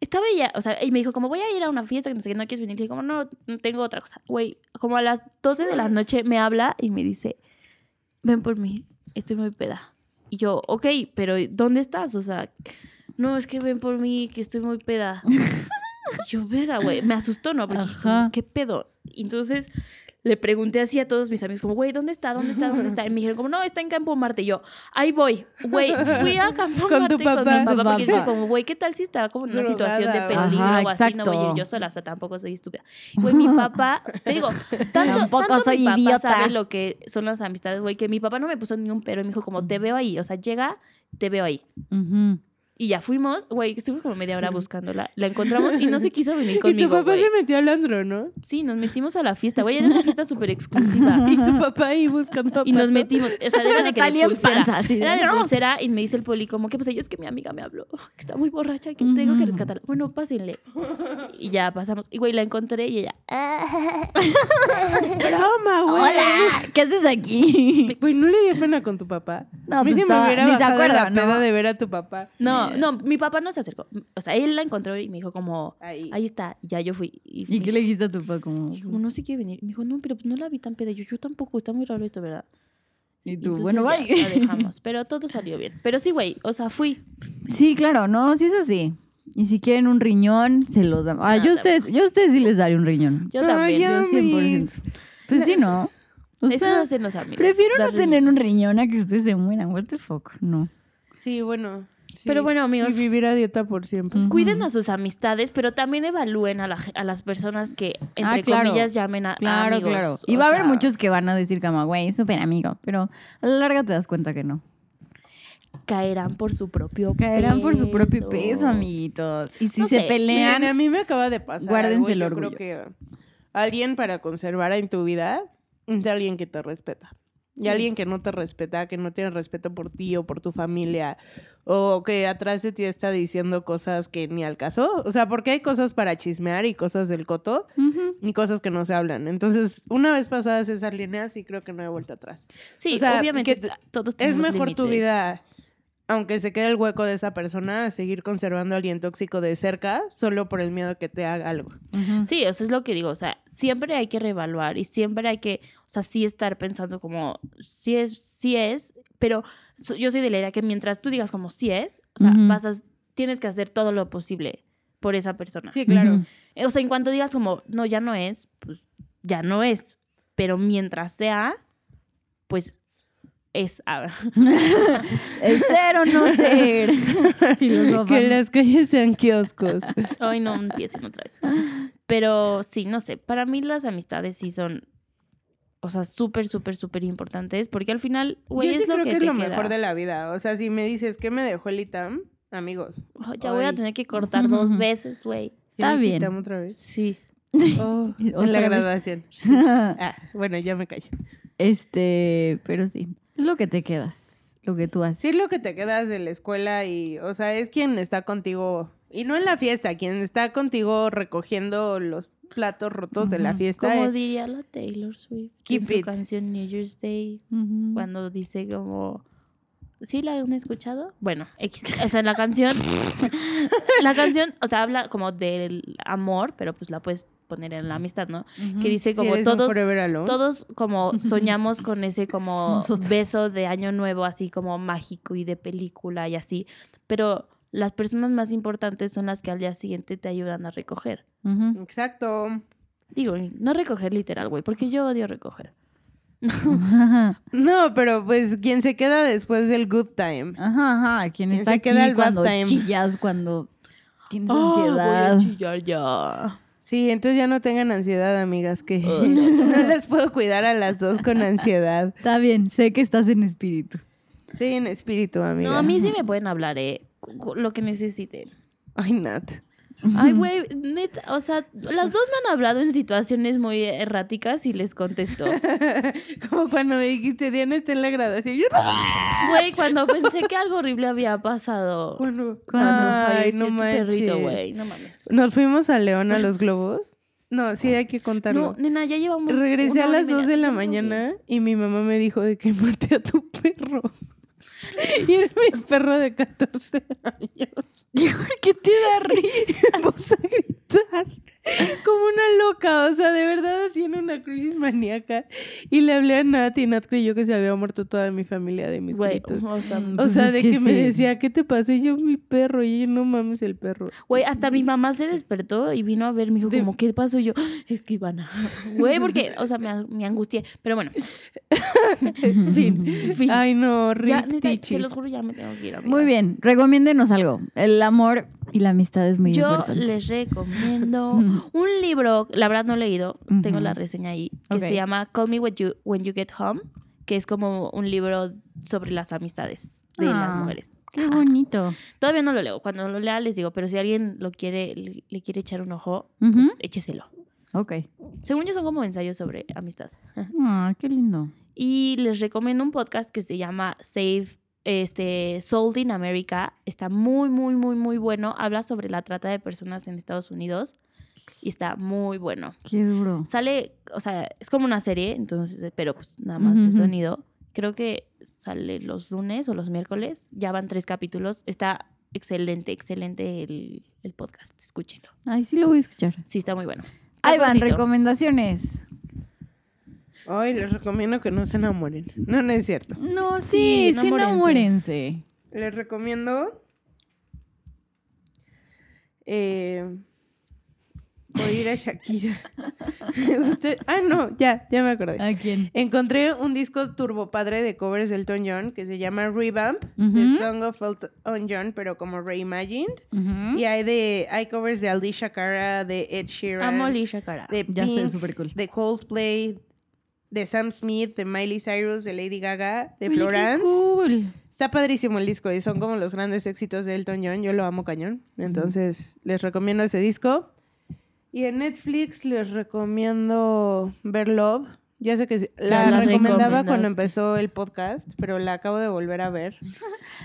Speaker 4: estaba ella, o sea, y me dijo, como voy a ir a una fiesta, que no sé qué, no quieres venir. Le dije, como no, no tengo otra cosa. Güey, como a las 12 de la noche me habla y me dice, ven por mí, estoy muy peda. Y yo, ok, pero ¿dónde estás? O sea, no, es que ven por mí, que estoy muy peda. Y yo, verga, güey, me asustó, ¿no? Porque dije, como,
Speaker 2: Ajá.
Speaker 4: ¿qué pedo? Y entonces le pregunté así a todos mis amigos, como, güey, ¿dónde está? ¿Dónde está? ¿Dónde está? Y me dijeron, como, no, está en Campo Marte. Y yo, ahí voy, güey, fui a Campo
Speaker 3: Con
Speaker 4: Marte
Speaker 3: tu
Speaker 4: con
Speaker 3: papá.
Speaker 4: mi papá, porque yo
Speaker 2: Papá.
Speaker 4: soy como, güey, ¿qué tal si estaba como en una situación de
Speaker 3: Drogada,
Speaker 4: peligro
Speaker 2: Ajá,
Speaker 4: o así? No voy a ir
Speaker 2: exacto.
Speaker 4: yo sola, o sea, tampoco soy estúpida. Güey, mi papá, te digo, tanto,
Speaker 2: Tampoco
Speaker 4: tanto
Speaker 2: soy
Speaker 4: mi papá
Speaker 2: idiota.
Speaker 4: sabe lo que son las amistades, güey, que mi papá no me puso ni un pero y me dijo, como, te veo ahí, o sea, llega, te veo ahí.
Speaker 2: Ujú.
Speaker 4: Y ya fuimos, güey, estuvimos como media hora buscándola. La encontramos y no se quiso venir
Speaker 3: y tu
Speaker 4: conmigo,
Speaker 3: papá
Speaker 4: güey.
Speaker 3: se metió al andro, ¿no?
Speaker 4: Sí, nos metimos a la fiesta, güey, era una fiesta súper exclusiva.
Speaker 3: Y tu papá ahí buscando a
Speaker 4: Y nos
Speaker 3: Pato.
Speaker 4: metimos, o sea, era de que
Speaker 2: Natalia
Speaker 4: de
Speaker 2: en
Speaker 4: pulsera.
Speaker 2: panza, así de,
Speaker 4: era de
Speaker 2: "No".
Speaker 4: pulsera y me dice el poli como, ¿qué pasa? Yo es que mi amiga me habló, que está muy borracha, que tengo que
Speaker 2: Ujú.
Speaker 4: rescatarla. Bueno, pásenle. Y ya pasamos. Y güey, la encontré y ella, "Ah".
Speaker 3: Broma, güey.
Speaker 2: Hola, ¿qué haces aquí?
Speaker 3: Güey, ¿no le dio pena con tu papá?
Speaker 2: No,
Speaker 3: a mí
Speaker 2: pues,
Speaker 3: sí me
Speaker 2: estaba-
Speaker 3: hubiera
Speaker 2: ni se
Speaker 3: bajado
Speaker 2: acuerda,
Speaker 3: la peda
Speaker 2: ¿no?
Speaker 3: de ver a tu papá.
Speaker 4: No, no, mi papá no se acercó. O sea, él la encontró y me dijo como,
Speaker 3: Ahí.
Speaker 4: ahí está. Y ya yo fui. Y,
Speaker 2: ¿Y
Speaker 4: me
Speaker 2: qué le dijiste a tu papá? pues,
Speaker 4: dijo, no sé quiere venir. Me dijo, no, pero no la vi tan peda. Yo, yo tampoco, está muy raro esto, ¿verdad?
Speaker 2: y tú,
Speaker 4: Entonces,
Speaker 2: bueno,
Speaker 4: ya,
Speaker 2: bye.
Speaker 4: La dejamos. Pero todo salió bien. Pero sí, güey, o sea, fui.
Speaker 2: Sí, claro, no, sí es así. Y si quieren un riñón, se los damos. Ah,
Speaker 4: Ah,
Speaker 2: yo a ustedes, yo a ustedes sí les daré un riñón.
Speaker 4: Yo
Speaker 3: Ay,
Speaker 4: también.
Speaker 3: ya.
Speaker 2: Yo 100%. Pues sí, no. O
Speaker 4: Eso
Speaker 2: sea,
Speaker 4: hacen los amigos.
Speaker 2: prefiero no
Speaker 4: darle
Speaker 2: tener un
Speaker 4: niños.
Speaker 2: riñón a que ustedes se mueran. What the fuck, no.
Speaker 3: Sí, bueno. sí.
Speaker 4: Pero bueno, amigos,
Speaker 3: Y vivir a dieta por siempre.
Speaker 2: Mm.
Speaker 4: cuiden
Speaker 2: Ujú.
Speaker 4: a sus amistades, pero también evalúen a, la ge- a las personas que, entre
Speaker 2: Ah, claro.
Speaker 4: comillas, llamen a, a
Speaker 2: Claro,
Speaker 4: amigos.
Speaker 2: claro.
Speaker 4: o
Speaker 2: Y va a haber
Speaker 4: sea,
Speaker 2: muchos que van a decir como, güey, súper amigo. Pero a la larga te das cuenta que no.
Speaker 4: Caerán por su propio peso.
Speaker 2: Caerán por su propio peso, amiguitos. Y si
Speaker 4: No
Speaker 2: se
Speaker 4: sé,
Speaker 2: pelean,
Speaker 3: Miren, a mí me acaba de pasar.
Speaker 2: Guárdense
Speaker 3: algo y
Speaker 2: el
Speaker 3: yo
Speaker 2: orgullo.
Speaker 3: creo que alguien para conservar en tu vida es alguien que te respeta. Y
Speaker 4: Sí.
Speaker 3: alguien que no te respeta, que no tiene respeto por ti o por tu familia, o que atrás de ti está diciendo cosas que ni al caso. O sea, porque hay cosas para chismear y cosas del coto
Speaker 2: ujú,
Speaker 3: y cosas que no se hablan. Entonces, una vez pasadas esas líneas, sí creo que no hay vuelta atrás.
Speaker 4: Sí,
Speaker 3: O sea,
Speaker 4: obviamente
Speaker 3: que te-
Speaker 4: ta- todos
Speaker 3: Es
Speaker 4: tenemos
Speaker 3: mejor tu
Speaker 4: límites.
Speaker 3: vida, aunque se quede el hueco de esa persona, a seguir conservando a alguien tóxico de cerca solo por el miedo que te haga algo.
Speaker 2: ujú.
Speaker 4: Sí, eso es lo que digo, o sea, siempre hay que reevaluar y siempre hay que, o sea, sí estar pensando como, sí es, sí es, pero so- yo soy de la idea que mientras tú digas como sí es, o sea,
Speaker 2: Ujú.
Speaker 4: vas a, tienes que hacer todo lo posible por esa persona.
Speaker 3: Sí, claro.
Speaker 2: Ujú.
Speaker 4: Eh, O sea, en cuanto digas como, no, ya no es, pues ya no es, pero mientras sea, pues es. Ah,
Speaker 2: El ser o no ser. Filósofa.
Speaker 3: que las calles sean kioscos.
Speaker 4: Ay, no empiecen otra vez. Pero sí, no sé, para mí las amistades sí son o sea, súper, súper, súper importantes, porque al final, güey,
Speaker 3: Yo
Speaker 4: es
Speaker 3: sí
Speaker 4: lo
Speaker 3: creo
Speaker 4: que,
Speaker 3: que, es
Speaker 4: te
Speaker 3: lo
Speaker 4: queda.
Speaker 3: mejor de la vida. O sea, si me dices que me dejó el ITAM, amigos.
Speaker 4: Oh, ya voy a
Speaker 3: Ay.
Speaker 4: tener que cortar dos veces, güey.
Speaker 2: Está
Speaker 3: ¿tienes
Speaker 2: bien.
Speaker 3: ITAM otra vez?
Speaker 4: Sí.
Speaker 3: Oh,
Speaker 2: Otra
Speaker 3: en la
Speaker 2: vez.
Speaker 3: graduación. Ah, bueno, ya me callo.
Speaker 2: este, pero sí, es lo que te quedas, lo que tú haces.
Speaker 3: Sí es lo que te quedas de la escuela y, o sea, es quien está contigo, y no en la fiesta, quien está contigo recogiendo los platos rotos de la
Speaker 2: Ujú.
Speaker 3: fiesta.
Speaker 4: Como
Speaker 3: eh.
Speaker 4: diría la Taylor Swift en
Speaker 3: Keep
Speaker 4: su
Speaker 3: it.
Speaker 4: canción New Year's Day,
Speaker 2: Ujú.
Speaker 4: cuando dice como... ¿Sí la han escuchado? Bueno, X. O sea, la canción... la canción, o sea, habla como del amor, pero pues la puedes poner en la amistad, ¿no?
Speaker 2: Ujú.
Speaker 4: Que dice
Speaker 3: Si
Speaker 4: como
Speaker 3: eres un
Speaker 4: todos...
Speaker 3: forever alone.
Speaker 4: Todos como soñamos con ese como
Speaker 2: Nosotros.
Speaker 4: beso de año nuevo, así como mágico y de película y así. Pero las personas más importantes son las que al día siguiente te ayudan a recoger.
Speaker 2: Ujú.
Speaker 3: Exacto.
Speaker 4: Digo, no recoger literal, güey, porque yo odio recoger.
Speaker 2: Ajá,
Speaker 3: No, pero pues quien se queda después del good time.
Speaker 2: ajá, quien
Speaker 3: Quien
Speaker 2: está
Speaker 3: se
Speaker 2: aquí
Speaker 3: queda al bad
Speaker 2: cuando
Speaker 3: time.
Speaker 2: chillas, cuando tienes
Speaker 4: Ah,
Speaker 2: ansiedad.
Speaker 4: Voy a chillar ya.
Speaker 3: Sí, entonces ya no tengan ansiedad, amigas, que no las puedo cuidar a las dos con ansiedad.
Speaker 2: Está bien, sé que estás en espíritu.
Speaker 3: Estoy en espíritu, amiga.
Speaker 4: No, a mí sí me pueden hablar, eh. cu- cu- Lo que necesiten.
Speaker 3: Ay, Nat.
Speaker 4: Ay, güey, neta, o sea, las dos me han hablado en situaciones muy erráticas y les contesto.
Speaker 3: Como cuando me dijiste, Diana está en la graduación. Yo no.
Speaker 4: Güey, cuando pensé que algo horrible había pasado.
Speaker 3: Cuando,
Speaker 4: Cuando
Speaker 3: Ay,
Speaker 4: falleció
Speaker 3: no
Speaker 4: tu
Speaker 3: manches.
Speaker 4: perrito, güey. No mames.
Speaker 3: Nos fuimos a León a los globos. No, sí, hay que
Speaker 4: Ah. No,
Speaker 3: contarlo.
Speaker 4: nena, ya llevamos.
Speaker 3: Regresé
Speaker 4: una
Speaker 3: a
Speaker 4: hora y
Speaker 3: las
Speaker 4: media.
Speaker 3: 2 de la
Speaker 4: Yo creo que-
Speaker 3: mañana y mi mamá me dijo de que maté a tu perro. Y era mi perro de 14 años.
Speaker 2: ¿Qué te da risa?
Speaker 3: Me puse a gritar como una loca, o sea, de verdad haciendo una crisis maníaca. Y le hablé a Nat y Nat creyó que se había muerto toda mi familia de mis
Speaker 4: Güey,
Speaker 3: gritos.
Speaker 4: o sea,
Speaker 2: Mm.
Speaker 3: O
Speaker 2: pues
Speaker 3: sea,
Speaker 2: es
Speaker 3: de
Speaker 2: que
Speaker 3: que, me
Speaker 2: sí.
Speaker 3: decía, ¿qué te pasó? Y yo, mi perro, y yo, no mames, el perro.
Speaker 4: güey, hasta mi mamá se despertó y vino a ver, me dijo,
Speaker 3: De-
Speaker 4: como, ¿qué pasó? Y yo, es que Ivana. Güey, porque, o sea, me, a- me angustié. Pero bueno,
Speaker 3: En fin.
Speaker 4: en fin.
Speaker 3: Ay, no,
Speaker 4: ya,
Speaker 3: Rick
Speaker 4: neta, se
Speaker 3: Tichis.
Speaker 4: los juro, ya me tengo que ir. amiga.
Speaker 2: Muy bien, recomiéndenos algo. El amor y la amistad es muy
Speaker 4: Yo
Speaker 2: importante.
Speaker 4: les recomiendo
Speaker 2: Mm.
Speaker 4: un libro, la verdad no he leído, tengo la
Speaker 2: Ujú.
Speaker 4: reseña ahí, que
Speaker 2: Ok.
Speaker 4: se llama Call Me When You, When You Get Home, que es como un libro sobre las amistades de
Speaker 2: Ah,
Speaker 4: las mujeres.
Speaker 2: Qué bonito.
Speaker 4: Todavía no lo leo, cuando lo lea les digo, pero si alguien lo quiere, le, le quiere echar un ojo,
Speaker 2: Ujú.
Speaker 4: pues, écheselo.
Speaker 2: Ok.
Speaker 4: Según yo son como ensayos sobre amistad.
Speaker 2: Ah, qué lindo.
Speaker 4: Y les recomiendo un podcast que se llama Save este, Sold in America. Está muy, muy, muy, muy bueno. Habla sobre la trata de personas en Estados Unidos. Y está muy bueno.
Speaker 2: Qué duro.
Speaker 4: Sale, o sea, es como una serie, entonces, eh, pero pues nada más el
Speaker 2: Ujú, ujú.
Speaker 4: sonido. Creo que sale los lunes o los miércoles. Ya van tres capítulos. Está excelente, excelente el, el podcast. Escúchenlo.
Speaker 2: Ay, sí lo voy a escuchar.
Speaker 4: Sí, está muy bueno. Está
Speaker 2: Ahí van,
Speaker 4: cortito.
Speaker 2: recomendaciones.
Speaker 3: Ay, les recomiendo que no se enamoren. No, no es cierto.
Speaker 2: No,
Speaker 4: Sí,
Speaker 2: sí, sí, enamórense.
Speaker 3: Les recomiendo. Eh, oír a Shakira. Usted- ah, no, ya, ya me acordé.
Speaker 2: ¿A quién?
Speaker 3: Encontré un disco turbopadre de covers de Elton John que se llama Revamp,
Speaker 2: Ujú.
Speaker 3: The Song of Elton John, pero como reimagined. Y hay de hay covers de Alicia Cara, de Ed Sheeran,
Speaker 4: Amo Alicia Cara.
Speaker 3: de Pink,
Speaker 2: Ya sé, súper cool.
Speaker 3: de Coldplay, de Sam Smith, de Miley Cyrus, de Lady Gaga,
Speaker 2: Oye,
Speaker 3: de
Speaker 2: qué
Speaker 3: Florence.
Speaker 2: cool.
Speaker 3: Está padrísimo el disco y son como los grandes éxitos de Elton John. Yo lo amo cañón. Entonces, les recomiendo ese disco. Y en Netflix les recomiendo ver Love. Ya sé que sí- la
Speaker 4: Ya la
Speaker 3: recomendaba cuando
Speaker 4: recomendaste.
Speaker 3: empezó el podcast, pero la acabo de volver a ver.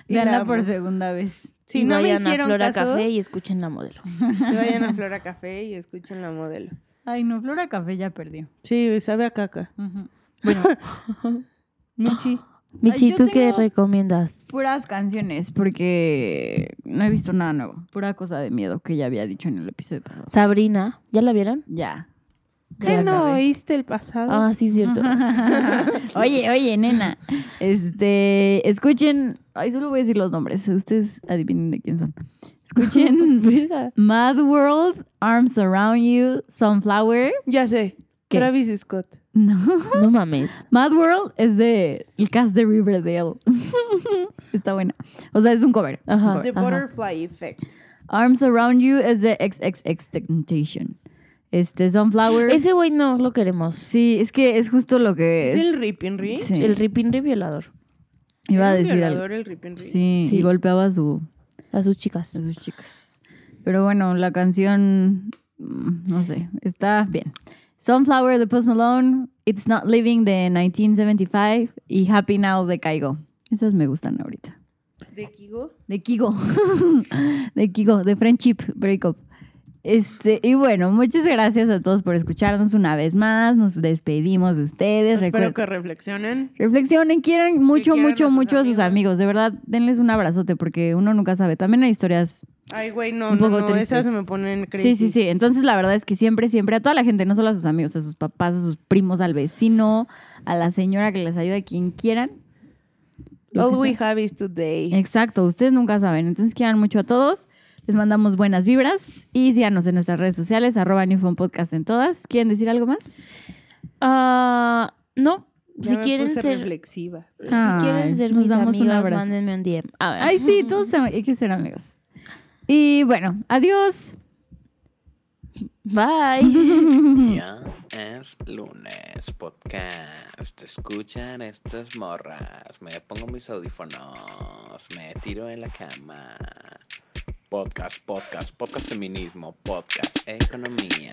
Speaker 3: Y la
Speaker 2: Veanla
Speaker 3: amo.
Speaker 2: por segunda vez.
Speaker 3: Si
Speaker 4: Y
Speaker 3: no me
Speaker 4: vayan a
Speaker 3: hicieron
Speaker 4: Flora
Speaker 3: caso,
Speaker 4: Café y escuchen la modelo.
Speaker 3: que vayan a Flora Café y escuchen la modelo.
Speaker 2: Ay, no, Flora Café ya perdió.
Speaker 3: Sí, sabe a caca.
Speaker 2: Ujú.
Speaker 3: Bueno, Michi.
Speaker 4: Michi,
Speaker 2: yo
Speaker 4: ¿tú qué
Speaker 2: tengo
Speaker 4: recomiendas?
Speaker 2: Puras canciones, porque no he visto nada nuevo. Pura cosa de miedo que ya había dicho en el episodio pasado.
Speaker 4: Sabrina, ¿ya la vieron?
Speaker 2: Ya.
Speaker 3: ¿Qué
Speaker 2: Ya
Speaker 3: no
Speaker 2: acabé.
Speaker 3: oíste el pasado?
Speaker 4: Ah, sí, cierto.
Speaker 2: oye, oye, nena. Este, escuchen. Ay, solo voy a decir los nombres. Ustedes adivinen de quién son. Escuchen
Speaker 4: Verga.
Speaker 2: Mad World, Arms Around You, Sunflower.
Speaker 3: Ya sé.
Speaker 2: ¿Qué?
Speaker 3: Travis Scott.
Speaker 2: No.
Speaker 4: No mames.
Speaker 2: Mad World es de el cast de Riverdale. Está buena. O sea, es un cover. es un
Speaker 4: Ajá.
Speaker 2: cover.
Speaker 3: The Butterfly Effect.
Speaker 2: Arms Around You es de XXX Temptation. Este, Sunflower.
Speaker 4: Ese güey no lo queremos.
Speaker 2: Sí, es que es justo lo que
Speaker 3: ¿Es,
Speaker 2: es.
Speaker 3: el Ripinri?
Speaker 2: Sí.
Speaker 4: El Ripinri violador.
Speaker 2: Iba a
Speaker 3: ¿Es un
Speaker 2: decir algo.
Speaker 3: violador el Ripinri?
Speaker 2: Sí,
Speaker 4: Sí.
Speaker 2: y golpeaba a, su,
Speaker 4: A sus chicas.
Speaker 2: a sus chicas. Pero bueno, la canción, mm, no sé, está bien. Sunflower de Post Malone, It's Not Living de 1975 y Happy Now de Kaigo. Esas me gustan ahorita.
Speaker 3: ¿De Kigo?
Speaker 2: De Kigo. de Kigo, de Friendship Breakup. Este, y bueno, muchas gracias a todos por escucharnos una vez más. Nos despedimos de ustedes.
Speaker 3: Espero
Speaker 2: Recuerden,
Speaker 3: que reflexionen.
Speaker 2: reflexionen, quieran mucho,
Speaker 3: quieran a
Speaker 2: mucho,
Speaker 3: sus
Speaker 2: mucho a sus
Speaker 3: amigos.
Speaker 2: amigos. De verdad, denles un abrazote porque uno nunca sabe. También hay historias.
Speaker 3: Ay, güey, no,
Speaker 2: Un
Speaker 3: no,
Speaker 2: poco
Speaker 3: no, esas
Speaker 2: tristes.
Speaker 3: se me ponen crazy.
Speaker 2: Sí, sí, sí. Entonces, la verdad es que siempre, siempre a toda la gente, no solo a sus amigos, a sus papás, a sus primos, al vecino, a la señora que les ayude, a quien quieran. Lo
Speaker 3: All
Speaker 2: que
Speaker 3: we
Speaker 2: sea.
Speaker 3: have is today.
Speaker 2: Exacto, ustedes nunca saben. Entonces quieran mucho a todos. Les mandamos buenas vibras y síganos en nuestras redes sociales, arroba Newfound Podcast en todas. ¿Quieren decir algo más?
Speaker 4: Ah, no.
Speaker 3: Ya
Speaker 4: si
Speaker 3: me
Speaker 4: quieren
Speaker 3: puse
Speaker 4: ser,
Speaker 3: reflexiva.
Speaker 4: si
Speaker 2: Ay,
Speaker 4: quieren ser
Speaker 2: nos
Speaker 4: mis
Speaker 2: damos un
Speaker 4: amigas,
Speaker 2: abrazo.
Speaker 4: mándenme un DM. A ver.
Speaker 2: Ay, sí, todos am- hay que ser amigos. Y bueno, adiós.
Speaker 4: Bye.
Speaker 5: Ya es lunes, podcast. Escuchan estas morras. Me pongo mis audífonos. Me tiro en la cama. Podcast, podcast, podcast feminismo, podcast economía.